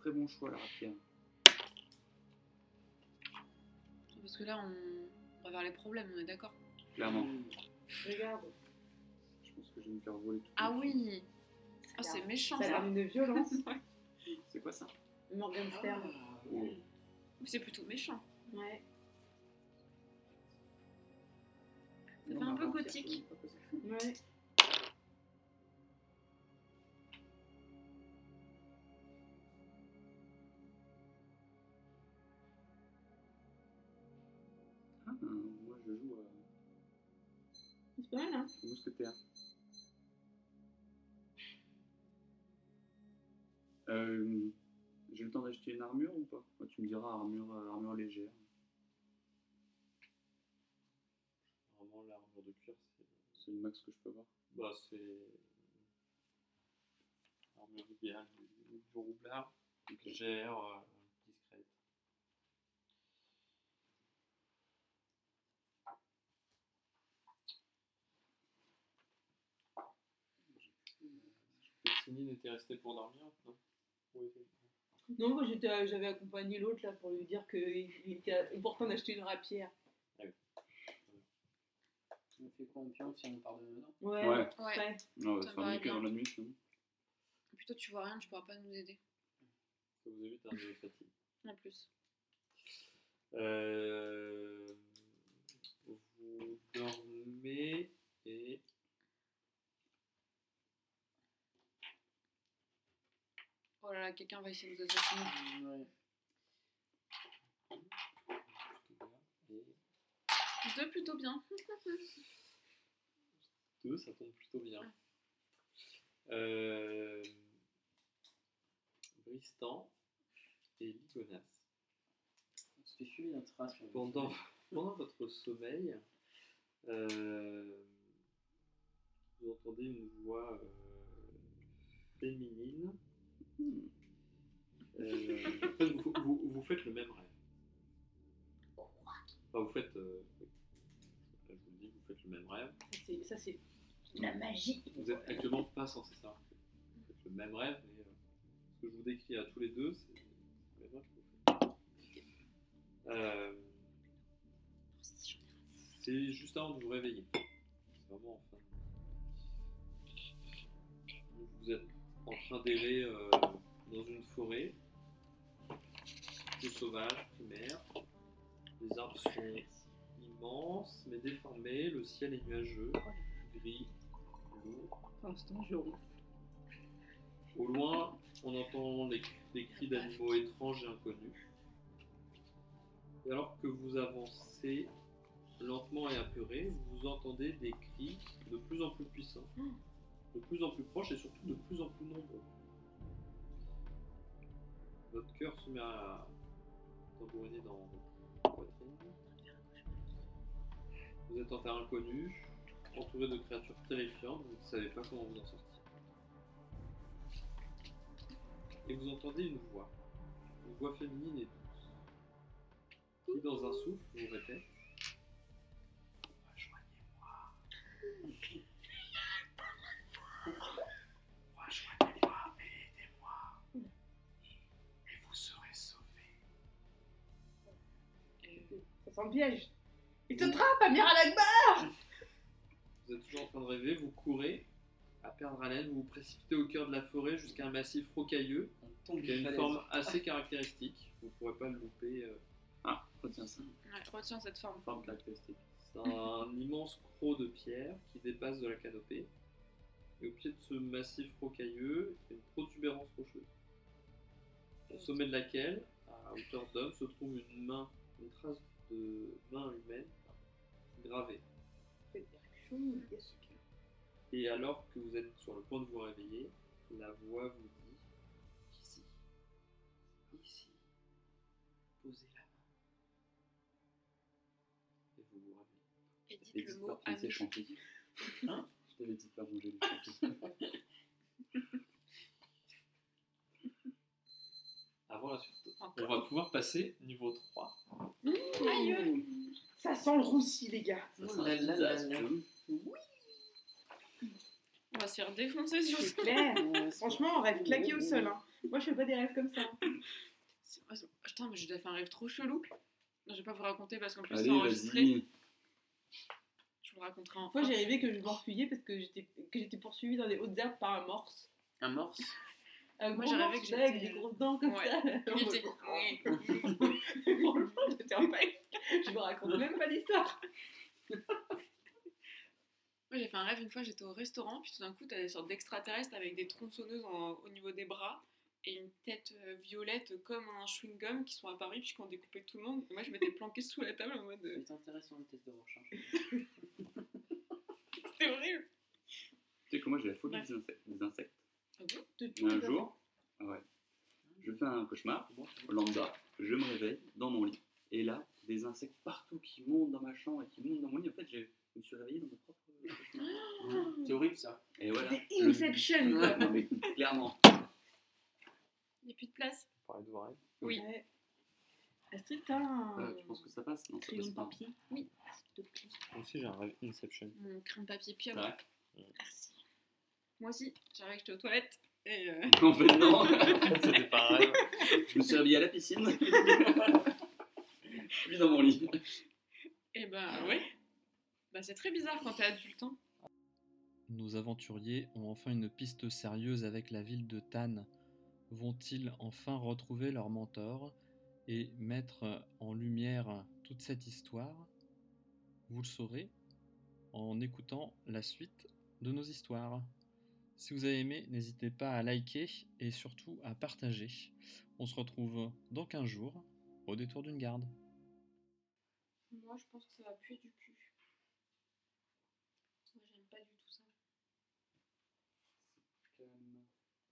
F: Très bon choix, la rapière.
D: Parce que là, on, on va vers les problèmes, on est d'accord.
F: Clairement.
C: Regarde,
H: Je pense que je vais me faire voler tout.
D: Ah oui Ah,
C: Ça a
D: c'est méchant
C: ça a l'air
D: ça
C: d'une violence.
F: C'est quoi ça
C: Morgan Stern.
F: Oh.
D: C'est plutôt méchant.
C: Ouais.
D: Ça fait un peu gothique.
C: Ouais.
H: Ah, moi je joue
C: C'est pas mal, hein
H: euh, mousquetaire. Euh, J'ai le temps d'acheter une armure ou pas Moi, Tu me diras armure, euh, armure légère.
A: Normalement, l'armure de cuir, c'est.
H: C'est le max que je peux avoir.
A: Bah, c'est. L'armure du bien, du, du roublard, légère, euh, discrète. Cassini n'était resté pour dormir, non Oui, oui.
C: Non, moi j'étais, euh, j'avais accompagné l'autre là pour lui dire qu'il il était important d'acheter une rapière.
E: On fait quoi On pionne si on part de dedans
C: Ouais.
H: Ouais.
D: Ouais.
C: ouais.
H: Non, on va
D: Ça
H: se faire
D: me paraît
H: niquer
D: bien.
H: dans la nuit, sinon.
D: Et puis toi, tu vois rien, tu pourras pas nous aider.
A: Ça vous évite un de fatigue.
D: En plus.
A: Euh, vous dormez et.
D: Oh là là, quelqu'un va essayer de nous assassiner.
E: Ouais.
A: et
D: Deux plutôt bien.
A: deux, ça tombe plutôt bien. Euh, Bristan et Ligonas.
E: On se fait fumer notre race. on-
A: Pendant, pendant votre sommeil, euh, vous entendez une voix euh, féminine. Euh, en fait, vous, vous- vous faites le même rêve. Enfin, vous faites. euh, je vous le dis, vous faites le même rêve.
C: Ça, c'est, ça, c'est la magie.
A: Vous êtes actuellement pas censé ça. Vous faites le même rêve, mais euh, ce que je vous décris à tous les deux, c'est le même rêve que vous faites. Euh, c'est juste avant de vous réveiller. C'est vraiment en fin de- Donc, Vous êtes en train d'errer euh, dans une forêt, tout sauvage, primaire. Les arbres sont immenses, mais déformés. Le ciel est nuageux, gris, lourd.
I: Pour l'instant, je ronfle.
A: Au loin, on entend les- des cris d'animaux étranges et inconnus. Et alors que vous avancez lentement et apeuré, vous entendez des cris de plus en plus puissants, de plus en plus proches et surtout de plus en plus nombreux. Votre cœur se met à tambouriner dans votre poitrine. Vous êtes en terre inconnue, entouré de créatures terrifiantes, vous ne savez pas comment vous en sortir et vous entendez une voix, une voix féminine et douce, qui dans un souffle vous répète
C: Ça sent le piège. Il
D: Mm.
C: te trappe, Amir Alakbar
A: Vous êtes toujours en train de rêver, vous courez à perdre haleine, vous vous précipitez au cœur de la forêt jusqu'à un massif rocailleux
E: On tombe
A: qui a
E: d'une
A: une
E: falaise.
A: forme assez caractéristique. Vous ne pourrez pas le louper. euh,
H: Retiens ça.
D: Ouais, retiens cette forme.
A: forme caractéristique. C'est un immense croc de pierre qui dépasse de la canopée. Et au pied de ce massif rocailleux, il y a une protubérance rocheuse. Au sommet de laquelle, à hauteur d'homme, se trouve une main, une trace de main humaine gravée. Et alors que vous êtes sur le point de vous réveiller, la voix vous dit Ici, ici, posez la main. Et vous vous réveillez.
D: Et
H: Et
D: dites le
H: dites
D: mot
H: pas qu'on s'est
D: ami.
H: chanté. Hein Je t'avais dit de pas manger les chantiers.
A: Avant la suite, on
D: Encore.
A: va pouvoir passer niveau 3.
D: Mm.
E: Oh,
D: Aïe
C: Ça sent le roussi, les gars.
E: Oh là là là là.
D: On va se faire défoncer sur
C: C'est clair. Franchement, on rêve claqué au sol. hein. Moi, je fais pas des rêves comme ça.
D: C'est- ah, c'est- Putain, mais j'ai déjà fait un rêve trop chelou. Non, je vais pas vous raconter parce qu'en plus c'est
F: Allez,
D: enregistré.
F: vas-y.
D: Je vous le raconterai en
C: Une fois, j'ai rêvé que je m'enfuyais parce que j'étais que j'étais poursuivie dans des hautes herbes par un morse.
E: Un morse.
C: Un
D: Moi,
C: gros
D: j'ai rêvé
C: morse,
D: que
C: là, avec
D: j'étais-
C: des grosses dents comme
D: Ouais.
C: ça.
D: Il était-
C: Pour le moment, j'étais en paix. Je vous raconte même pas l'histoire.
D: Moi j'ai fait un rêve une fois, j'étais au restaurant, puis tout d'un coup t'as des sortes d'extraterrestres avec des tronçonneuses en- au niveau des bras et une tête euh, violette comme un chewing-gum qui sont apparus puis qui ont découpé tout le monde. Et moi je m'étais planquée sous la table en mode euh,
E: C'est intéressant le test de recharge.
D: c'était horrible.
F: Tu sais que moi j'ai la phobie des insectes. des insectes.
D: Ah bon
C: De
F: Et un jour, ah ouais, je fais un cauchemar, lambda, je me réveille dans mon lit, et là, des insectes partout qui montent dans ma chambre et qui montent dans mon lit. En fait, je je me suis réveillé dans mon propre cauchemar.
E: C'est horrible ça.
F: Et voilà.
J: C'était
F: je-
J: Inception, quoi.
F: Non, mais clairement.
D: Il n'y a plus de place.
K: Parler de vos rêves.
D: Oui.
C: Ouais. Astrid, t'as un
F: Euh, tu penses que ça passe Non, ça
J: Crayon
F: passe
J: de
F: pas.
J: papier.
C: Ah,
K: Moi aussi, j'ai un rêve Inception.
D: Mon crayon de papier pieuvre.
F: Ouais.
D: Merci. Moi aussi, j'arrive que j'étais aux toilettes et euh,
F: En fait, non.
K: C'était pas un rêve.
F: Je me suis réveillé à la piscine. Je suis dans mon lit.
D: Et bah ouais. Bah c'est très bizarre quand t'es adulte. hein.
B: Nos aventuriers ont enfin une piste sérieuse avec la ville de Tannes. Vont-ils enfin retrouver leur mentor et mettre en lumière toute cette histoire Vous le saurez en écoutant la suite de nos histoires. Si vous avez aimé, n'hésitez pas à liker et surtout à partager. On se retrouve dans 15 jours au détour d'une garde.
D: Moi je pense que ça va puer du cul. Moi j'aime pas du tout ça.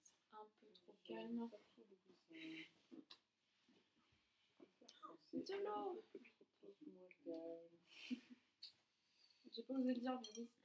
D: C'est un peu trop calme. De l'eau J'ai pas osé le dire mais oui.